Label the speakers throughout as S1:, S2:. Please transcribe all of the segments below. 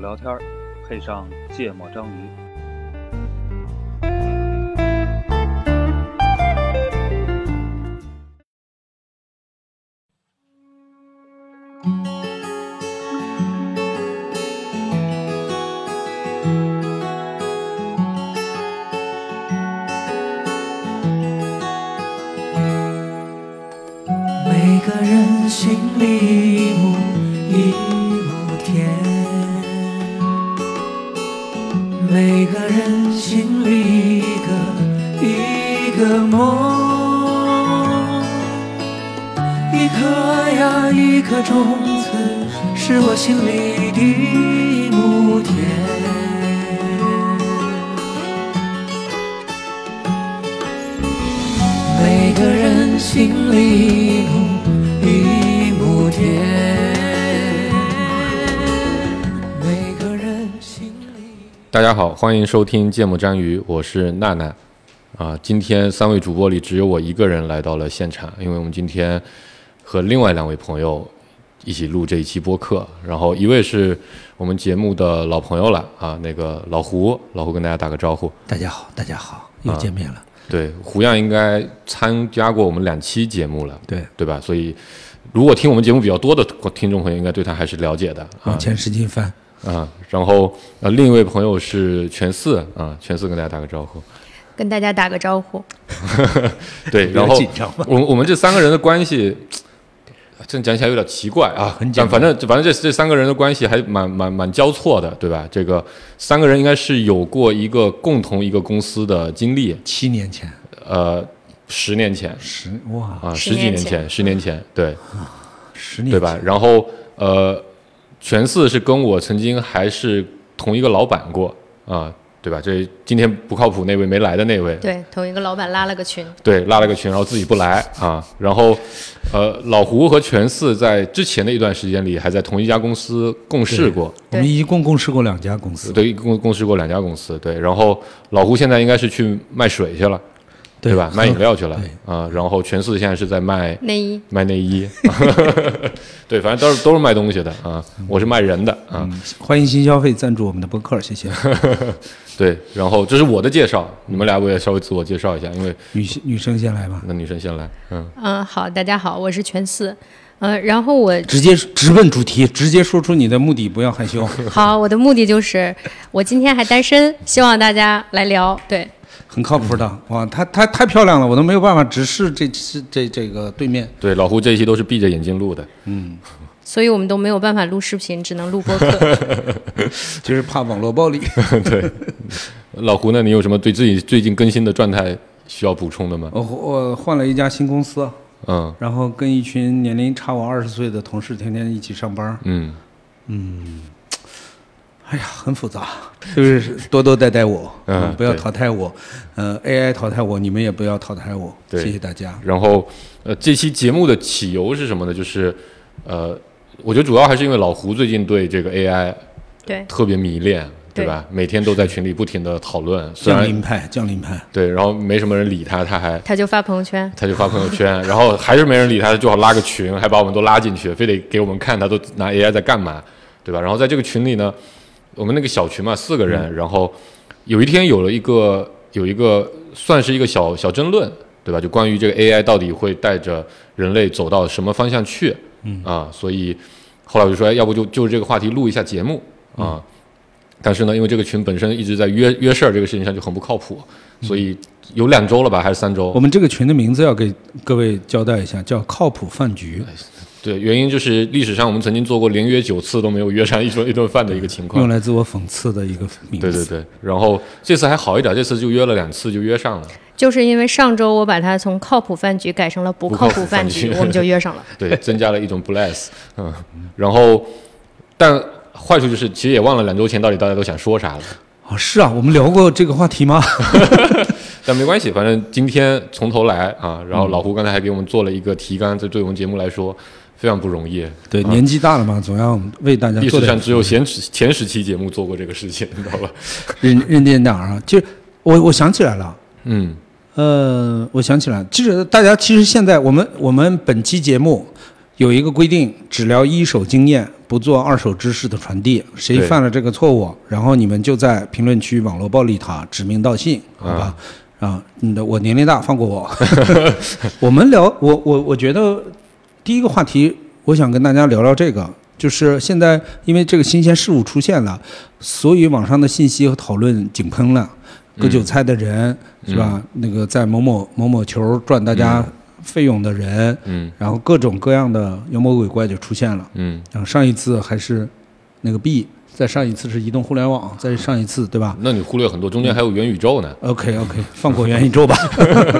S1: 聊天，配上芥末章鱼。
S2: 每个人心里一亩一亩田，每个人心里一个一个梦，一颗呀一颗种子是我心里的一亩田。每个人心里一亩一亩田，每个人心里。
S3: 大家好，欢迎收听《芥末章鱼》，我是娜娜。啊，今天三位主播里只有我一个人来到了现场，因为我们今天和另外两位朋友一起录这一期播客。然后一位是我们节目的老朋友了啊，那个老胡，老胡跟大家打个招呼。
S4: 大家好，大家好，又见面了。
S2: 啊
S3: 对，胡样应该参加过我们两期节目了，
S4: 对，
S3: 对吧？所以如果听我们节目比较多的听众朋友，应该对他还是了解的啊
S4: 往前使劲翻。
S3: 啊。然后呃，另一位朋友是全四啊，全四跟大家打个招呼。
S5: 跟大家打个招呼。
S3: 对，
S4: 比较
S3: 然后
S4: 紧张吧
S3: 我们我们这三个人的关系，这讲起来有点奇怪啊，
S4: 很紧
S3: 但
S4: 张
S3: 反正反正这这三个人的关系还蛮蛮蛮交错的，对吧？这个三个人应该是有过一个共同一个公司的经历，
S4: 七年前，
S3: 呃，十年前
S4: 十哇，
S3: 啊，
S5: 十
S3: 十几
S5: 年
S3: 年
S5: 前
S3: 前，十年前，对
S4: 十年
S3: 对吧？
S4: 前？
S3: 然后呃，全四是跟我曾经还是同一个老板过啊。对吧？这今天不靠谱那位没来的那位，
S5: 对，同一个老板拉了个群，
S3: 对，拉了个群，然后自己不来啊。然后，呃，老胡和全四在之前的一段时间里还在同一家公司共事过，
S4: 我们一共共事过两家公司，
S3: 对，共共事过两家公司。对，然后老胡现在应该是去卖水去了，对 吧？卖饮料去了
S4: 对
S3: 啊。然后全四现在是在卖
S5: 内衣
S3: 卖内衣， 对，反正都是都是卖东西的啊。我是卖人的啊，
S4: 嗯欢迎新消费赞助我们的播客，谢谢。
S3: 对。然后这是我的介绍，你们俩我也稍微自我介绍一下，因为
S4: 女性女生先来吧，
S3: 那女生先来，嗯，
S5: 嗯，好，大家好，我是全四。嗯、然后我
S4: 直接直奔主题，直接说出你的目的，不要 害羞，
S5: 好，我的目的就是我今天还单身，希望大家来聊。对，
S4: 很靠谱的。哇，她她太漂亮了，我都没有办法直视这这这这个对面。
S3: 对，老胡这一期都是闭着眼睛录的，
S5: 所以我们都没有办法录视频，只能录播客。
S4: 就是怕网络暴力。
S3: 对，老胡呢？你有什么对自己最近更新的状态需要补充的吗？
S4: 我我换了一家新公司，
S3: 嗯
S4: 然后跟一群年龄差我二十岁的同事天天一起上班，
S3: 嗯，
S4: 哎呀，很复杂，就是多多带带我，
S3: 嗯
S4: 不要
S3: 对
S4: 淘汰我，呃，AI 淘汰我，你们也不要淘汰我，
S3: 对
S4: 谢谢大家。
S3: 然后呃，这期节目的起由是什么呢？就是呃，我觉得主要还是因为老胡最近对这个 AI
S5: 对，
S3: 特别迷恋，对吧？每天都在群里不停的讨论，虽
S4: 降
S3: 然
S4: 临派，降临派，
S3: 对，然后没什么人理他，他还。
S5: 他就发朋友圈，
S3: 他就发朋友圈，然后还是没人理他，就好拉个群，还把我们都拉进去，非得给我们看他都拿 AI 在干嘛，对吧？然后在这个群里呢，我们那个小群嘛，四个人，
S4: 嗯
S3: 然后有一天有了一个有一个算是一个小小争论，对吧？就关于这个 AI 到底会带着人类走到什么方向去，嗯啊，所以后来我就说，哎要不就就这个话题录一下节目
S4: 嗯
S3: 啊。但是呢，因为这个群本身一直在约约事儿这个事情上就很不靠谱，所以有两周了吧，还是三周？
S4: 嗯我们这个群的名字要给各位交代一下，叫靠谱饭局，
S3: 哎对，原因就是历史上我们曾经做过连约九次都没有约上一顿一顿饭的一个情况
S4: 用。来自我讽刺的一个名
S3: 对
S4: 字。
S3: 对对，然后这次还好一点，这次就约了两次就约上了。
S5: 就是因为上周我把他从靠谱饭局改成了不
S3: 不
S5: 靠
S3: 靠谱
S5: 谱饭
S3: 饭
S5: 局，
S3: 局
S5: 我们就约上了。
S3: 对，增加了一种 bless，嗯，然后但坏处就是其实也忘了两周前到底大家都想说啥了，
S4: 哦，是啊，我们聊过这个话题吗？
S3: 但没关系，反正今天从头来啊。然后老胡刚才还给我们做了一个提纲，这对我们节目来说非常不容易。
S4: 对，年纪大了嘛，总要为大家
S3: 历
S4: 做
S3: 史
S4: 点
S3: 上只有前十前十期节目做过这个事情，你知道吧？
S4: 认认真点儿啊。就我我想起来了，
S3: 嗯，
S4: 呃，我想起来，其实大家其实现在我们我们本期节目有一个规定，只聊一手经验，不做二手知识的传递。谁
S3: 对
S4: 犯了这个错误，然后你们就在评论区网络暴力他，指名道姓，好吧？啊，你的我年龄大，放过我。我们聊，我我我觉得第一个话题，我想跟大家聊聊这个，就是现在因为这个新鲜事物出现了，所以网上的信息和讨论井喷了。割韭菜的人、是吧？那个在某某某某球赚大家费用的人，
S3: 嗯
S4: 然后各种各样的妖魔鬼怪就出现了。
S3: 嗯，
S4: 然后上一次还是那个 B，再上一次是移动互联网，再上一次对吧
S3: 那你忽略很多，中间还有元宇宙呢。
S4: ？OK OK，放过元宇宙吧。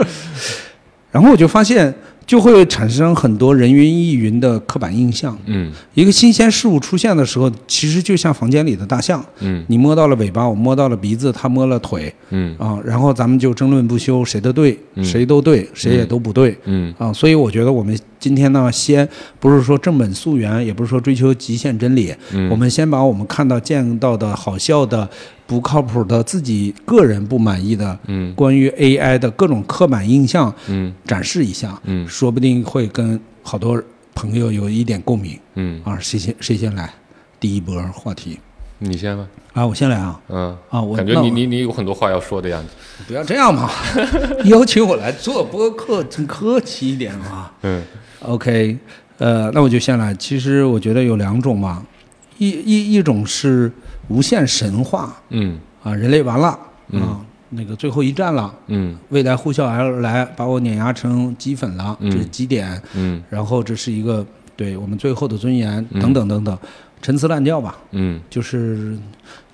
S4: 然后我就发现，就会产生很多人云亦云的刻板印象。
S3: 嗯
S4: 一个新鲜事物出现的时候，其实就像房间里的大象，
S3: 嗯
S4: 你摸到了尾巴，我摸到了鼻子，他摸了腿
S3: 嗯
S4: 啊，然后咱们就争论不休，谁的对，
S3: 嗯
S4: 谁都对，谁也都不对。
S3: 嗯
S4: 啊，所以我觉得我们今天呢，先不是说正本溯源，也不是说追求极限真理，
S3: 嗯
S4: 我们先把我们看到、见到的好笑的、不靠谱的、自己个人不满意的，
S3: 嗯
S4: 关于 AI 的各种刻板印象
S3: 嗯
S4: 展示一下，
S3: 嗯
S4: 说不定会跟好多朋友有一点共鸣
S3: 嗯，
S4: 啊。谁先谁先来？第一波话题
S3: 你先吧。
S4: 啊，我先来啊
S3: 嗯，
S4: 啊，我
S3: 感觉
S4: 那
S3: 你
S4: 我
S3: 你你有很多话要说的样子。
S4: 不要这样嘛， 邀请我来做播客，请客气一点嘛。
S3: 嗯
S4: OK，呃，那我就先来。其实我觉得有两种吧，一一一种是无限神话
S3: 嗯
S4: 啊，人类完了啊、那个最后一战了，
S3: 嗯
S4: 未来呼啸而来，把我碾压成齑粉了，
S3: 嗯
S4: 这是基点。
S3: 嗯
S4: 然后这是一个对我们最后的尊严，等等等等，陈词滥调吧。
S3: 嗯
S4: 就是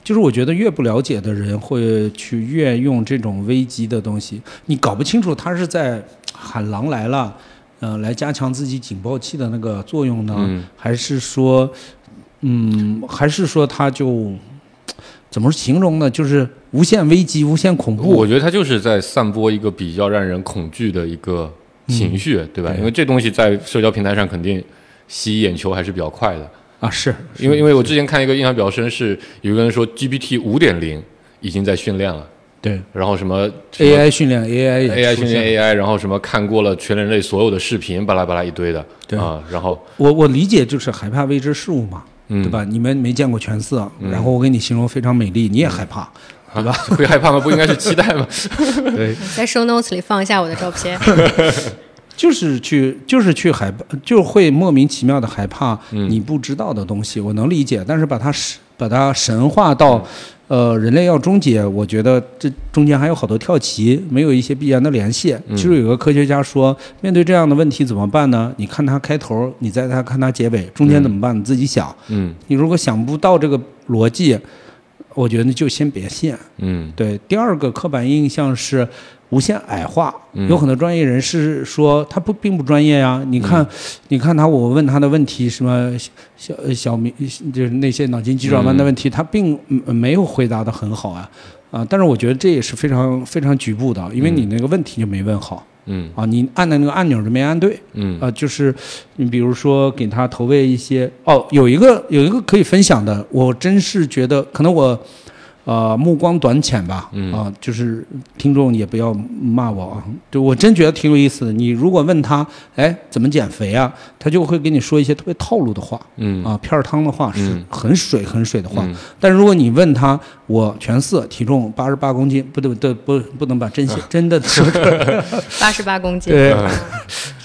S4: 就是，我觉得越不了解的人会去越用这种危机的东西，你搞不清楚他是在喊狼来了，呃，来加强自己警报器的那个作用呢，
S3: 嗯
S4: 还是说，嗯，还是说他就怎么形容呢？就是无限危机、无限恐怖
S3: 我。觉得他就是在散播一个比较让人恐惧的一个情绪，对吧？
S4: 嗯对
S3: 因为这东西在社交平台上肯定吸眼球还是比较快的。
S4: 啊，是
S3: 因为因为我之前看一个印象比较深，是有一个人说 GPT 五点零已经在训练了，
S4: 对
S3: 然后什么什么
S4: AI 训练 AI 也
S3: AI
S4: 出
S3: 训
S4: 现
S3: 练 AI，然后什么看过了全人类所有的视频，巴拉巴拉一堆的，
S4: 对
S3: 啊，然后
S4: 我我理解就是害怕未知事物嘛，
S3: 嗯
S4: 对吧？你们没见过全色，然后我给你形容非常美丽，你也
S3: 嗯
S4: 害怕。
S3: 对吧？啊会害怕吗？不应该是期待吗？
S5: 嗯在 show notes 里放一下我的照片。
S4: 就是去，就是去害怕，就会莫名其妙的害怕你不知道的东西。我能理解，但是把它神把它神化到，呃，人类要终结，我觉得这中间还有好多跳棋，没有一些必然的联系。其实有个科学家说，面对这样的问题怎么办呢？你看它开头，你再它看它结尾，中间怎么办？你自己想。
S3: 嗯
S4: 你如果想不到这个逻辑，我觉得就先别信。
S3: 嗯
S4: 对，第二个刻板印象是无限矮化，
S3: 嗯
S4: 有很多专业人士说他不并不专业呀、你看，
S3: 嗯
S4: 你看他，我问他的问题，什么小小小明，就是那些脑筋急转弯的问题，他并嗯没有回答的很好啊。啊，但是我觉得这也是非常非常局部的，因为你那个问题就没问好
S3: 嗯
S4: 啊，你按的那个按钮就没按对
S3: 嗯
S4: 啊，就是你比如说给他投喂一些哦，有一个有一个可以分享的，我真是觉得可能我呃目光短浅吧，
S3: 嗯
S4: 啊，就是听众也不要骂我啊，就我真觉得挺有意思的。你如果问他，哎，怎么减肥啊，他就会跟你说一些特别套路的话。
S3: 嗯
S4: 啊，片儿汤的话是
S3: 嗯
S4: 很水很水的话，
S3: 嗯
S4: 但如果你问他，我全色，体重八十八公斤，不对不对不不能把 真心、真的说出来，
S5: 八十八公斤，
S4: 对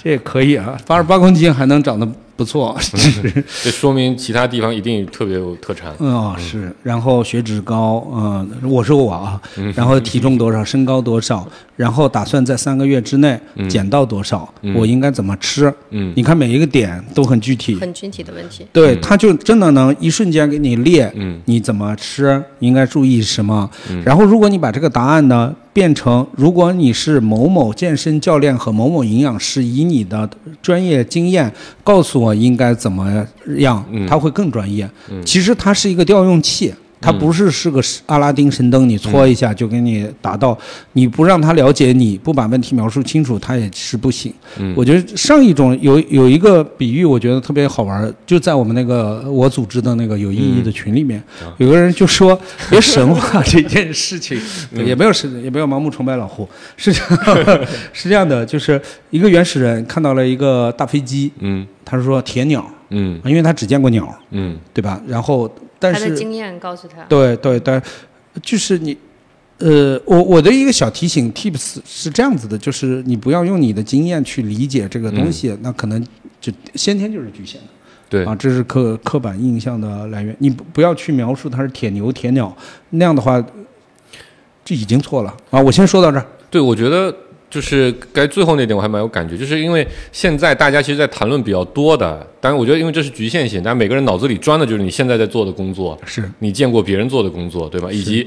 S4: 这也可以啊，八十八公斤还能长得不错，是
S3: 这说明其他地方一定特别有特长。
S4: 嗯啊、是，然后血脂高，嗯、我说我啊，然后体重多少，身高多少，然后打算在三个月之内减到多少，我应该怎么吃？
S3: 嗯
S4: 你看每一个点都很具体，
S5: 很具体的问题。
S4: 对，他就真的能一瞬间给你列，
S3: 嗯
S4: 你怎么吃，应该注意什么。然后，如果你把这个答案呢变成，如果你是某某健身教练和某某营养师，以你的专业经验告诉我应该怎么样，他会更专业。其实它是一个调用器。它不是是个阿拉丁神灯，你搓一下就给你达到。你不让他了解你，不把问题描述清楚，他也是不行。我觉得上一种有有一个比喻，我觉得特别好玩儿，就在我们那个我组织的那个有意义的群里面，有个人就说别神话这件事情，也没有神，也没有盲目崇拜老胡，是这样 是这样的，就是一个原始人看到了一个大飞机，
S3: 嗯
S4: 他说铁鸟，
S3: 嗯
S4: 因为他只见过鸟，
S3: 嗯
S4: 对吧？然后但
S5: 他的
S4: 是
S5: 经验告诉他，
S4: 对对对，就是你，呃，我我的一个小提醒 tips 是这样子的，就是你不要用你的经验去理解这个东西，那可能就先天就是局限的。
S3: 对
S4: 啊，这是刻刻板印象的来源。你不不要去描述它是铁牛、铁鸟，那样的话，这已经错了啊！我先说到这儿。
S3: 对，我觉得就是该最后那点我还蛮有感觉，就是因为现在大家其实，在谈论比较多的，当然我觉得因为这是局限性，但每个人脑子里装的就是你现在在做的工作，
S4: 是
S3: 你见过别人做的工作，对吧？以及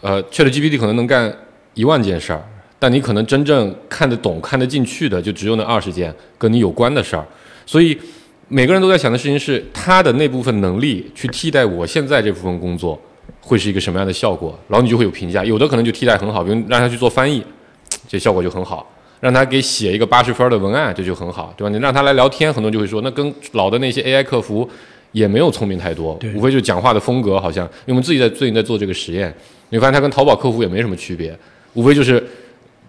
S3: 呃，ChatGPT 可能能干一万件事儿，但你可能真正看得懂、看得进去的，就只有那二十件跟你有关的事儿。所以每个人都在想的事情是，他的那部分能力去替代我现在这部分工作，会是一个什么样的效果？然后你就会有评价，有的可能就替代很好，比如让他去做翻译，这效果就很好。让他给写一个八十分的文案，这就很好，对吧？你让他来聊天，很多人就会说，那跟老的那些 AI 客服 也没有聪明太多，无非就讲话的风格好像。因为我们自己在最近在做这个实验，你发现它跟淘宝客服也没什么区别，无非就是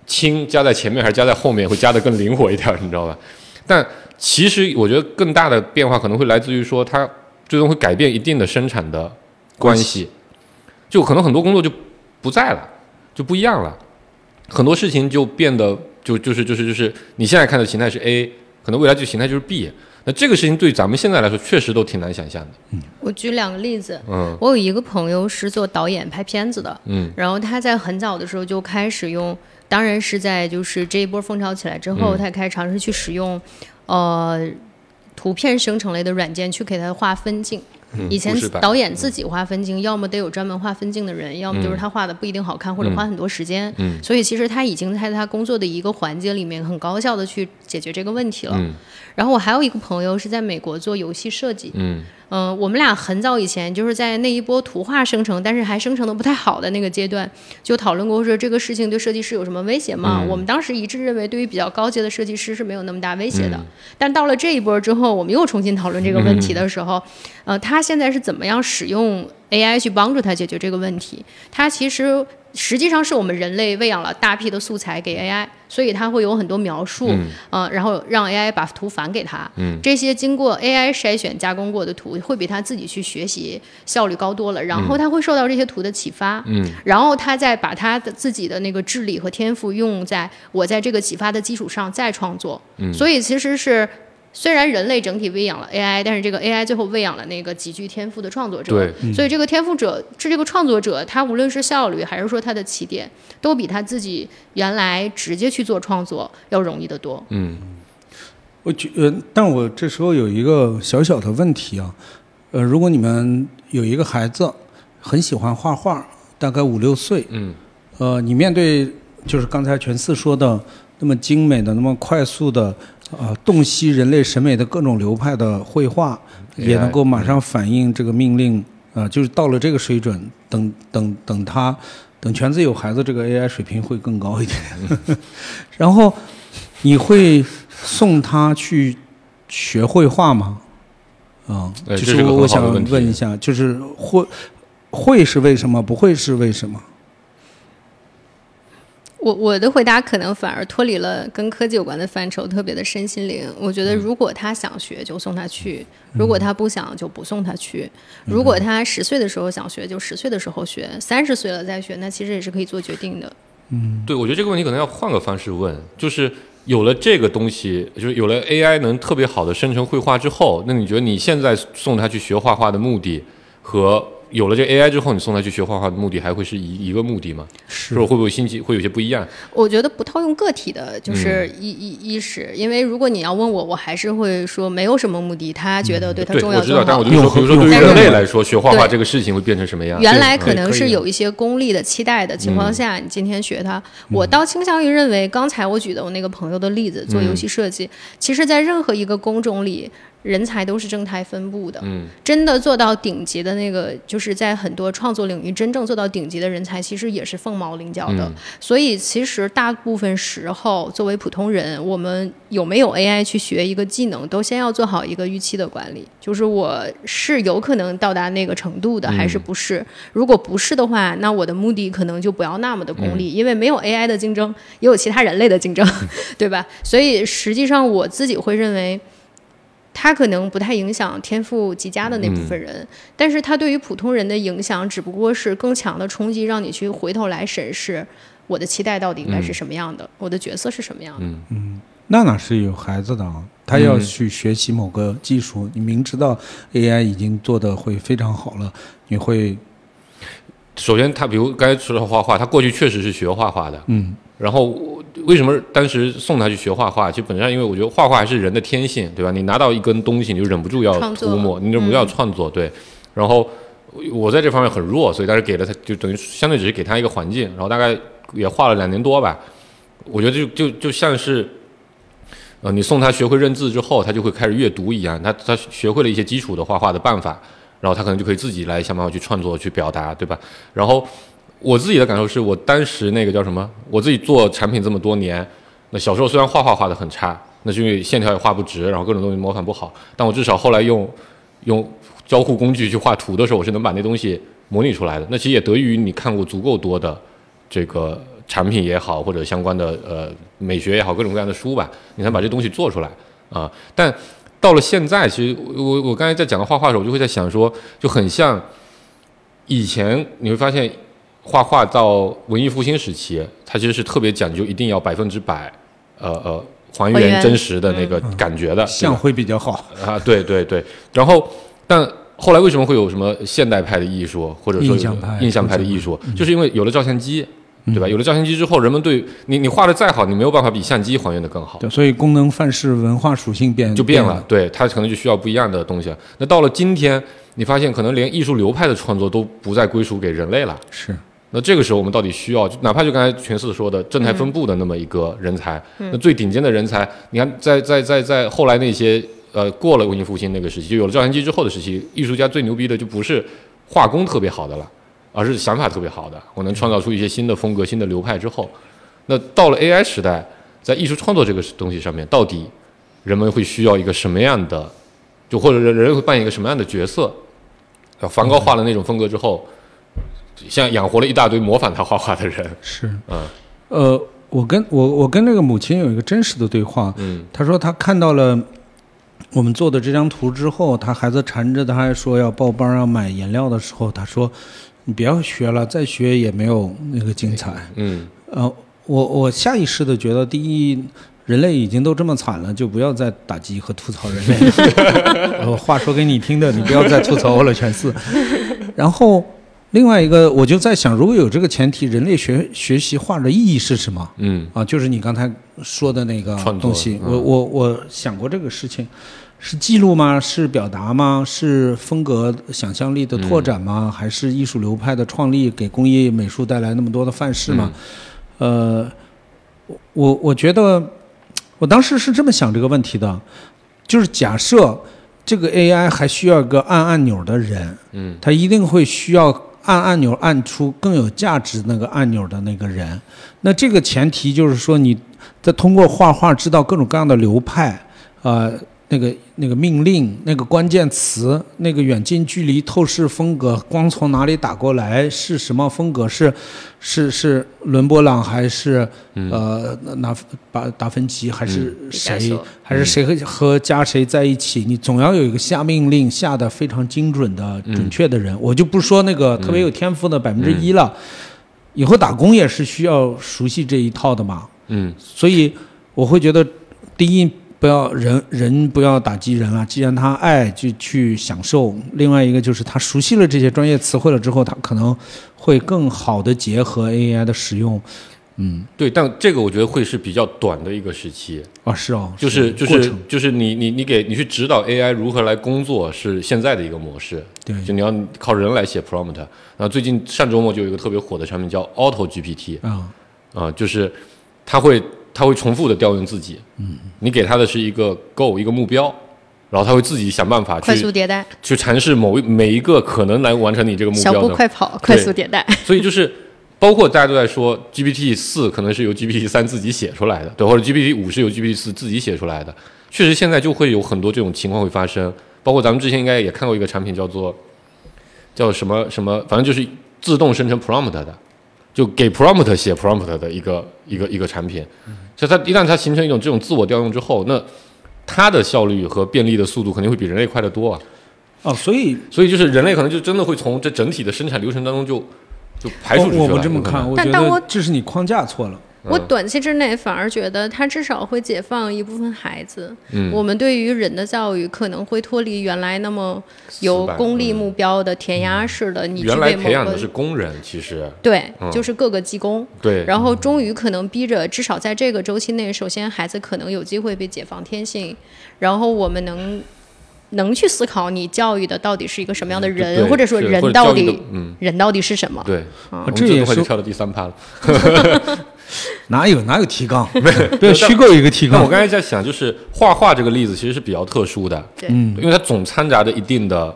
S3: 轻加在前面还是加在后面，会加的更灵活一点儿，你知道吧？但其实我觉得更大的变化可能会来自于说，它最终会改变一定的生产的关系，就可能很多工作就不在了，就不一样了，很多事情就变得就就是就是就是你现在看的形态是 A，可能未来这个形态就是 B。那这个事情对咱们现在来说，确实都挺难想象的。
S5: 我举两个例子，
S3: 嗯
S5: 我有一个朋友是做导演拍片子的，
S3: 嗯
S5: 然后他在很早的时候就开始用，当然是在就是这一波风潮起来之后，
S3: 嗯
S5: 他开始尝试去使用，呃，图片生成类的软件去给他画分镜。
S3: 嗯
S5: 以前
S3: 故事版
S5: 导演自己画分镜，要么得有专门画分镜的人，要么就是他画的不一定好看，或者花很多时间。
S3: 嗯
S5: 所以其实他已经在他工作的一个环节里面很高效的去解决这个问题了。
S3: 嗯
S5: 然后我还有一个朋友是在美国做游戏设计，
S3: 嗯
S5: 嗯，我们俩很早以前就是在那一波图画生成，但是还生成的不太好的那个阶段，就讨论过说这个事情对设计师有什么威胁吗？
S3: 嗯
S5: 我们当时一致认为，对于比较高阶的设计师是没有那么大威胁的。
S3: 嗯
S5: 但到了这一波之后，我们又重新讨论这个问题的 时候，呃，他现在是怎么样使用 AI 去帮助他解决这个问题？他其实。实际上是我们人类喂养了大批的素材给 AI，所以它会有很多描述，嗯、然后让 AI 把图返给他，
S3: 嗯
S5: 这些经过 AI 筛选加工过的图，会比他自己去学习效率高多了。然后他会受到这些图的启发，
S3: 嗯，
S5: 然后他再把他的自己的那个智力和天赋用在我在这个启发的基础上再创作。嗯，所以其实是虽然人类整体喂养了 AI，但是这个 AI 最后喂养了那个极具天赋的创作者。
S3: 对，
S5: 所以这个天赋者是这个创作者，他无论是效率还是说他的起点，都比他自己原来直接去做创作要容易得多。
S3: 嗯
S4: 我觉呃，但我这时候有一个小小的问题啊，呃，如果你们有一个孩子很喜欢画画，大概五六岁，
S3: 嗯
S4: 呃，你面对就是刚才全四说的那么精美的、那么快速的，呃，洞悉人类审美的各种流派的绘画，也
S3: AI
S4: 能够马上反映这个命令，呃，就是到了这个水准，等等等他等全子有孩子，这个 AI 水平会更高一点。 然后你会送他去学绘画吗？啊、
S3: 哎
S4: 就
S3: 这是个
S4: 我
S3: 很
S4: 我
S3: 好
S4: 想
S3: 的问题
S4: 问一下，就是会会是为什么，不会是为什么？
S5: 我我的回答可能反而脱离了跟科技有关的范畴，特别的身心灵。我觉
S3: 嗯
S5: 得如果他想学就送他去，如果他不想就不送他去。
S3: 嗯
S5: 如果他十岁的时候想学就十岁的时候学，三十岁了再学，那其实也是可以做决定的。
S3: 对，我觉得这个问题可能要换个方式问，就是有了这个东西，就是有了 AI 能特别好的生成绘画之后，那你觉得你现在送他去学画画的目的和有了这个 AI 之后，你送他去学画画的目的还会是一一个目的吗？是，会不会心情会有些不一样？
S5: 我觉得不套用个体的，
S3: 嗯
S5: 就是意意意识，因为如果你要问我，我还是会说没有什么目的，他觉得对
S3: 嗯
S5: 他
S3: 对，
S5: 重
S3: 我
S5: 要
S3: 知
S5: 就
S3: 道，但
S5: 好
S3: 我。就说，比如说对于
S5: 但是
S3: 人类
S5: 我
S3: 来说，学画画
S5: 对
S3: 这个事情会变成什么样？
S5: 原来
S4: 对
S5: 可能
S4: 可以
S5: 是有一些功利的期待的情况下，你今天学它，我倒倾向于认为，刚才我举的我那个朋友的例子，做游戏设计，其实在任何一个工种里，人才都是正态分布的。
S3: 嗯
S5: 真的做到顶级的那个，就是在很多创作领域真正做到顶级的人才，其实也是凤毛麟角的。
S3: 嗯
S5: 所以，其实大部分时候，作为普通人，我们有没有 AI 去学一个技能，都先要做好一个预期的管理，就是我是有可能到达那个程度的，还是不是？如果不是的话，那我的目的可能就不要那么的功利，因为没有 AI 的竞争，也有其他人类的竞争，对吧？所以，实际上我自己会认为。它可能不太影响天赋极佳的那部分人，但是它对于普通人的影响，只不过是更强的冲击，让你去回头来审视我的期待到底应该是什么样的，我的角色是什么样的。
S3: 嗯
S4: 娜娜是有孩子的啊，她要去学习某个技术，你明知道 AI 已经做的会非常好了，你会
S3: 首先他比如刚才说到画画，他过去确实是学画画的，
S4: 嗯
S3: 然后我为什么当时送他去学画画？其实本质上，因为我觉得画画还是人的天性，对吧？你拿到一根东西，你就忍不住要
S5: 创作嗯
S3: 涂抹，你忍不住要创作，对。然后我在这方面很弱，所以当时给了他，就等于相对只是给他一个环境，然后大概也画了两年多吧。我觉得就就就像是，呃，你送他学会认字之后，他就会开始阅读一样，他他学会了一些基础的画画的办法，然后他可能就可以自己来想办法去创作、去表达，对吧？然后我自己的感受是我当时那个叫什么，我自己做产品这么多年，那小时候虽然画画画的很差，那是因为线条也画不直，然后各种东西模仿不好，但我至少后来用用交互工具去画图的时候，我是能把那东西模拟出来的。那其实也得益于你看过足够多的这个产品也好，或者相关的呃美学也好，各种各样的书吧，你才把这东西做出来啊、但到了现在，其实我我我刚才在讲到画画的时候，我就会在想说，就很像以前你会发现，画画到文艺复兴时期，它其实是特别讲究，一定要百分之百，呃呃。还
S5: 还
S3: 原
S5: 原
S3: 真实的那个感觉的，嗯对吧
S4: 像会比较好，
S3: 啊，对对对。然后，但后来为什么会有什么现代派的艺术，或者说
S4: 印象派
S3: 印象派的艺术，就是因为有了照相机，
S4: 嗯
S3: 对吧？有了照相机之后，人们对你你画的再好，你没有办法比相机还原的更好。
S4: 对，所以功能范式文化属性变
S3: 就变
S4: 了
S3: 了，，对它可能就需要不一样的东西了。那到了今天，你发现可能连艺术流派的创作都不再归属给人类了。
S4: 是
S3: 那这个时候，我们到底需要，就哪怕就刚才全四说的正态分布的那么一个人才，那最顶尖的人才，你看在，在在在后来那些呃过了文艺复兴那个时期，就有了照相机之后的时期，艺术家最牛逼的就不是画工特别好的了，而是想法特别好的，我能创造出一些新的风格、新的流派之后，那到了 AI 时代，在艺术创作这个东西上面，到底人们会需要一个什么样的，就或者人人会扮演一个什么样的角色？啊梵高画了那种风格之后，像养活了一大堆模仿他画画的人。
S4: 是，
S3: 嗯
S4: 呃，我跟我我跟那个母亲有一个真实的对话，
S3: 嗯
S4: 她说她看到了我们做的这张图之后，她孩子缠着她还说要报班要买颜料的时候，她说你不要学了，再学也没有那个精彩。
S3: 嗯
S4: 呃，我我下意识的觉得，第一，人类已经都这么惨了，就不要再打击和吐槽人类了。 我话说给你听的，你不要再吐槽我了，全四。然后另外一个，我就在想，如果有这个前提，人类学学习画的意义是什么？
S3: 嗯
S4: 啊，就是你刚才说的那个
S3: 创作
S4: 东西，
S3: 嗯
S4: 我我我想过这个事情，是记录吗？是表达吗？是风格想象力的拓
S3: 嗯
S4: 展吗？还是艺术流派的创立给工业美术带来那么多的范式吗？
S3: 嗯
S4: 呃，我我我觉得，我当时是这么想这个问题的，就是假设这个 AI 还需要一个按按钮的人，
S3: 嗯
S4: 他一定会需要按按钮按出更有价值那个按钮的那个人。那这个前提就是说，你在通过画画知道各种各样的流派，呃，那个那个命令、那个关键词、那个远近距离透视风格，光从哪里打过来是什么风格？是是是伦勃朗还是、呃拿达达芬奇还是谁？
S5: 毕加索
S4: 还是谁和和加谁在一起，你总要有一个下命令下的非常精准的、准确的人。我就不说那个特别有天赋的百分之一了，以后打工也是需要熟悉这一套的嘛。
S3: 嗯
S4: 所以我会觉得，第一不要人人不要打击人了，既然他爱就去享受。另外一个就是他熟悉了这些专业词汇了之后，他可能会更好的结合 AI 的使用。嗯，
S3: 对，但这个我觉得会是比较短的一个时期，
S4: 啊是哦，
S3: 就是就
S4: 过
S3: 是
S4: 程
S3: 就是你你你给你去指导 AI 如何来工作是现在的一个模式，
S4: 对
S3: 就你要靠人来写 prompt。然后最近上周末就有一个特别火的产品叫 Auto GPT，
S4: 啊
S3: 啊、就是它会它会重复的调用自己，嗯，你给它的是一个 goal 一个目标，然后他会自己想办法
S5: 快速
S3: 去
S5: 迭代，
S3: 去尝试某一每一个可能来完成你这个目
S5: 小
S3: 标
S5: 步
S3: 的。
S5: 快跑，快速迭代。
S3: 所以就是包括大家都在说 GPT 四可能是由 GPT 三自己写出来的，对，或者 GPT 五是由 GPT 四自己写出来的。确实，现在就会有很多这种情况会发生。包括咱们之前应该也看过一个产品，叫做叫什么什么，反正就是自动生成 prompt 的，就给 prompt 写 prompt 的一个一个一个产品。所以它一旦它形成一种这种自我调用之后，那它的效率和便利的速度肯定会比人类快得多啊。
S4: 哦，所以
S3: 所以就是人类可能就真的会从这整体的生产流程当中就就排除出去了。
S4: 我我不这么
S3: 有可能
S4: 看，我
S5: 但
S4: 觉
S5: 但我
S4: 得这是你框架错 了。
S3: 嗯
S5: 我短期之内反而觉得它至少会解放一部分孩子。
S3: 嗯
S5: 我们对于人的教育可能会脱离原来那么有
S3: 死板
S5: 功利
S3: 嗯
S5: 目标的填鸭式的，你具
S3: 原来
S5: 备某
S3: 培养的
S5: 个
S3: 是工人，其实
S5: 对
S3: 嗯，
S5: 就是各个技工。
S3: 对，
S5: 然后终于可能逼着，至少在这个周期内，首先孩子可能有机会被解放天性，然后我们能能去思考你教育的到底是一个什么样的人，
S3: 嗯对
S5: 或者说
S3: 是
S5: 人
S3: 或者
S5: 到
S3: 教育的
S5: 底
S3: 嗯
S5: 人到底是什么？
S3: 对，我们
S4: 啊这也
S3: 么快就是跳到第三趴了。
S4: 哪有哪有提纲？ 不要虚构一个提
S3: 那
S4: 纲
S3: 我。刚才在想，就是画画这个例子其实是比较特殊的，
S5: 对，
S4: 嗯，
S3: 因为它总掺杂着一定的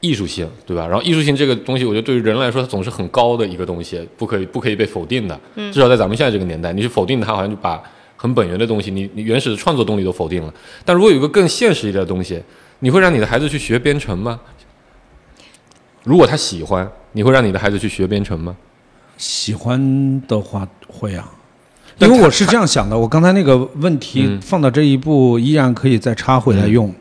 S3: 艺术性，对吧？然后艺术性这个东西，我觉得对于人来说，它总是很高的一个东西，不可以不可以被否定的。至少在咱们现在这个年代，你去否定它，好像就把很本源的东西，你你原始的创作动力都否定了。但如果有一个更现实一点的东西，你会让你的孩子去学编程吗？如果他喜欢，你会让你的孩子去学编程吗？
S4: 喜欢的话会啊，因
S3: 但
S4: 为
S3: 他
S4: 我是这样想的。我刚才那个问题
S3: 嗯
S4: 放到这一步，依然可以再插回来用。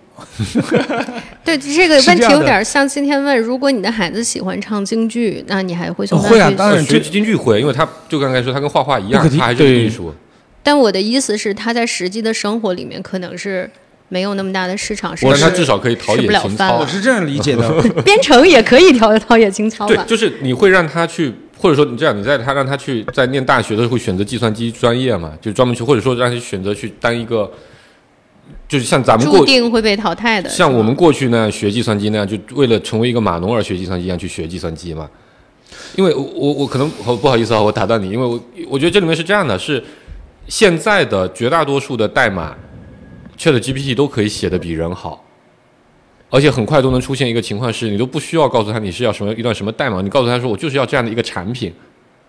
S5: 对，这个
S4: 是
S5: 问
S4: 这
S5: 题
S4: 样
S5: 有
S4: 的
S5: 点像今天问：如果你的孩子喜欢唱京剧，那你还会送他去？
S4: 会啊当然
S3: 呃学
S4: 这
S3: 京剧会，因为他就刚才说，他跟画画一样
S4: 不可，提
S3: 他还是个
S4: 对
S3: 艺术。
S5: 但我的意思是，他在实际的生活里面可能是没有那么大的市场，甚
S3: 但
S5: 至
S3: 他至少可以陶
S5: 吃
S3: 冶
S5: 不了
S3: 情
S5: 饭
S3: 操啊
S4: 我
S5: 了。
S4: 是这样理解 的，
S5: 编程也可以陶陶冶情操
S3: 对
S5: 吧，？
S3: 就是你会让他去，或者说你这样，你在他让他去在念大学的时候会选择计算机专业嘛，就专门去，或者说让他选择去当一个，就是像咱们
S5: 注
S3: 过
S5: 定会被淘汰的。
S3: 像
S5: 是吧
S3: 我们过去那样学计算机那样，就为了成为一个码农而学计算机一样去学计算机嘛。因为我我我可能我不好意思啊，我打断你，因为我我觉得这里面是这样的，是现在的绝大多数的代码，Chat GPT 都可以写的比人好，而且很快都能出现一个情况是，你都不需要告诉他你是要什么一段什么代码，你告诉他说我就是要这样的一个产品，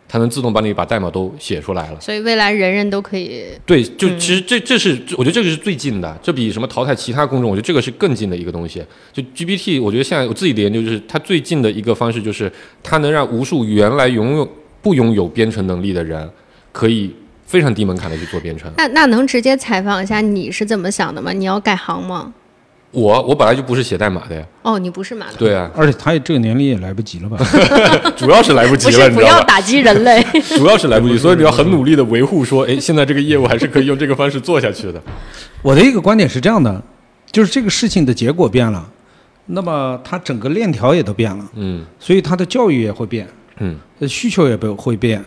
S3: 它能自动帮你把代码都写出来了。
S5: 所以未来人人都可以
S3: 对，就其实这这是我觉得这个是最近的，这比什么淘汰其他工种，我觉得这个是更近的一个东西。就 GPT，我觉得现在我自己的研究就是，它最近的一个方式就是，它能让无数原来拥有不拥有编程能力的人，可以非常低门槛的去做编程。
S5: 那那能直接采访一下你是怎么想的吗？你要改行吗？
S3: 我我本来就不是写代码的 呀，
S5: 哦，你不是马龙，
S3: 对啊，
S4: 而且他也这个年龄也来不及了吧？
S3: 主要是来不及
S5: 不
S3: 了，
S5: 是
S3: 你
S5: 不
S3: 知道
S5: 要
S3: 吧？
S5: 打击人类。
S3: 主要是来不 及，所以你要很努力的维护说，哎，现在这个业务还是可以用这个方式做下去的。
S4: 我的一个观点是这样的，就是这个事情的结果变了，那么它整个链条也都变了，
S3: 嗯
S4: 所以它的教育也会变，
S3: 嗯，
S4: 呃，需求也不会变，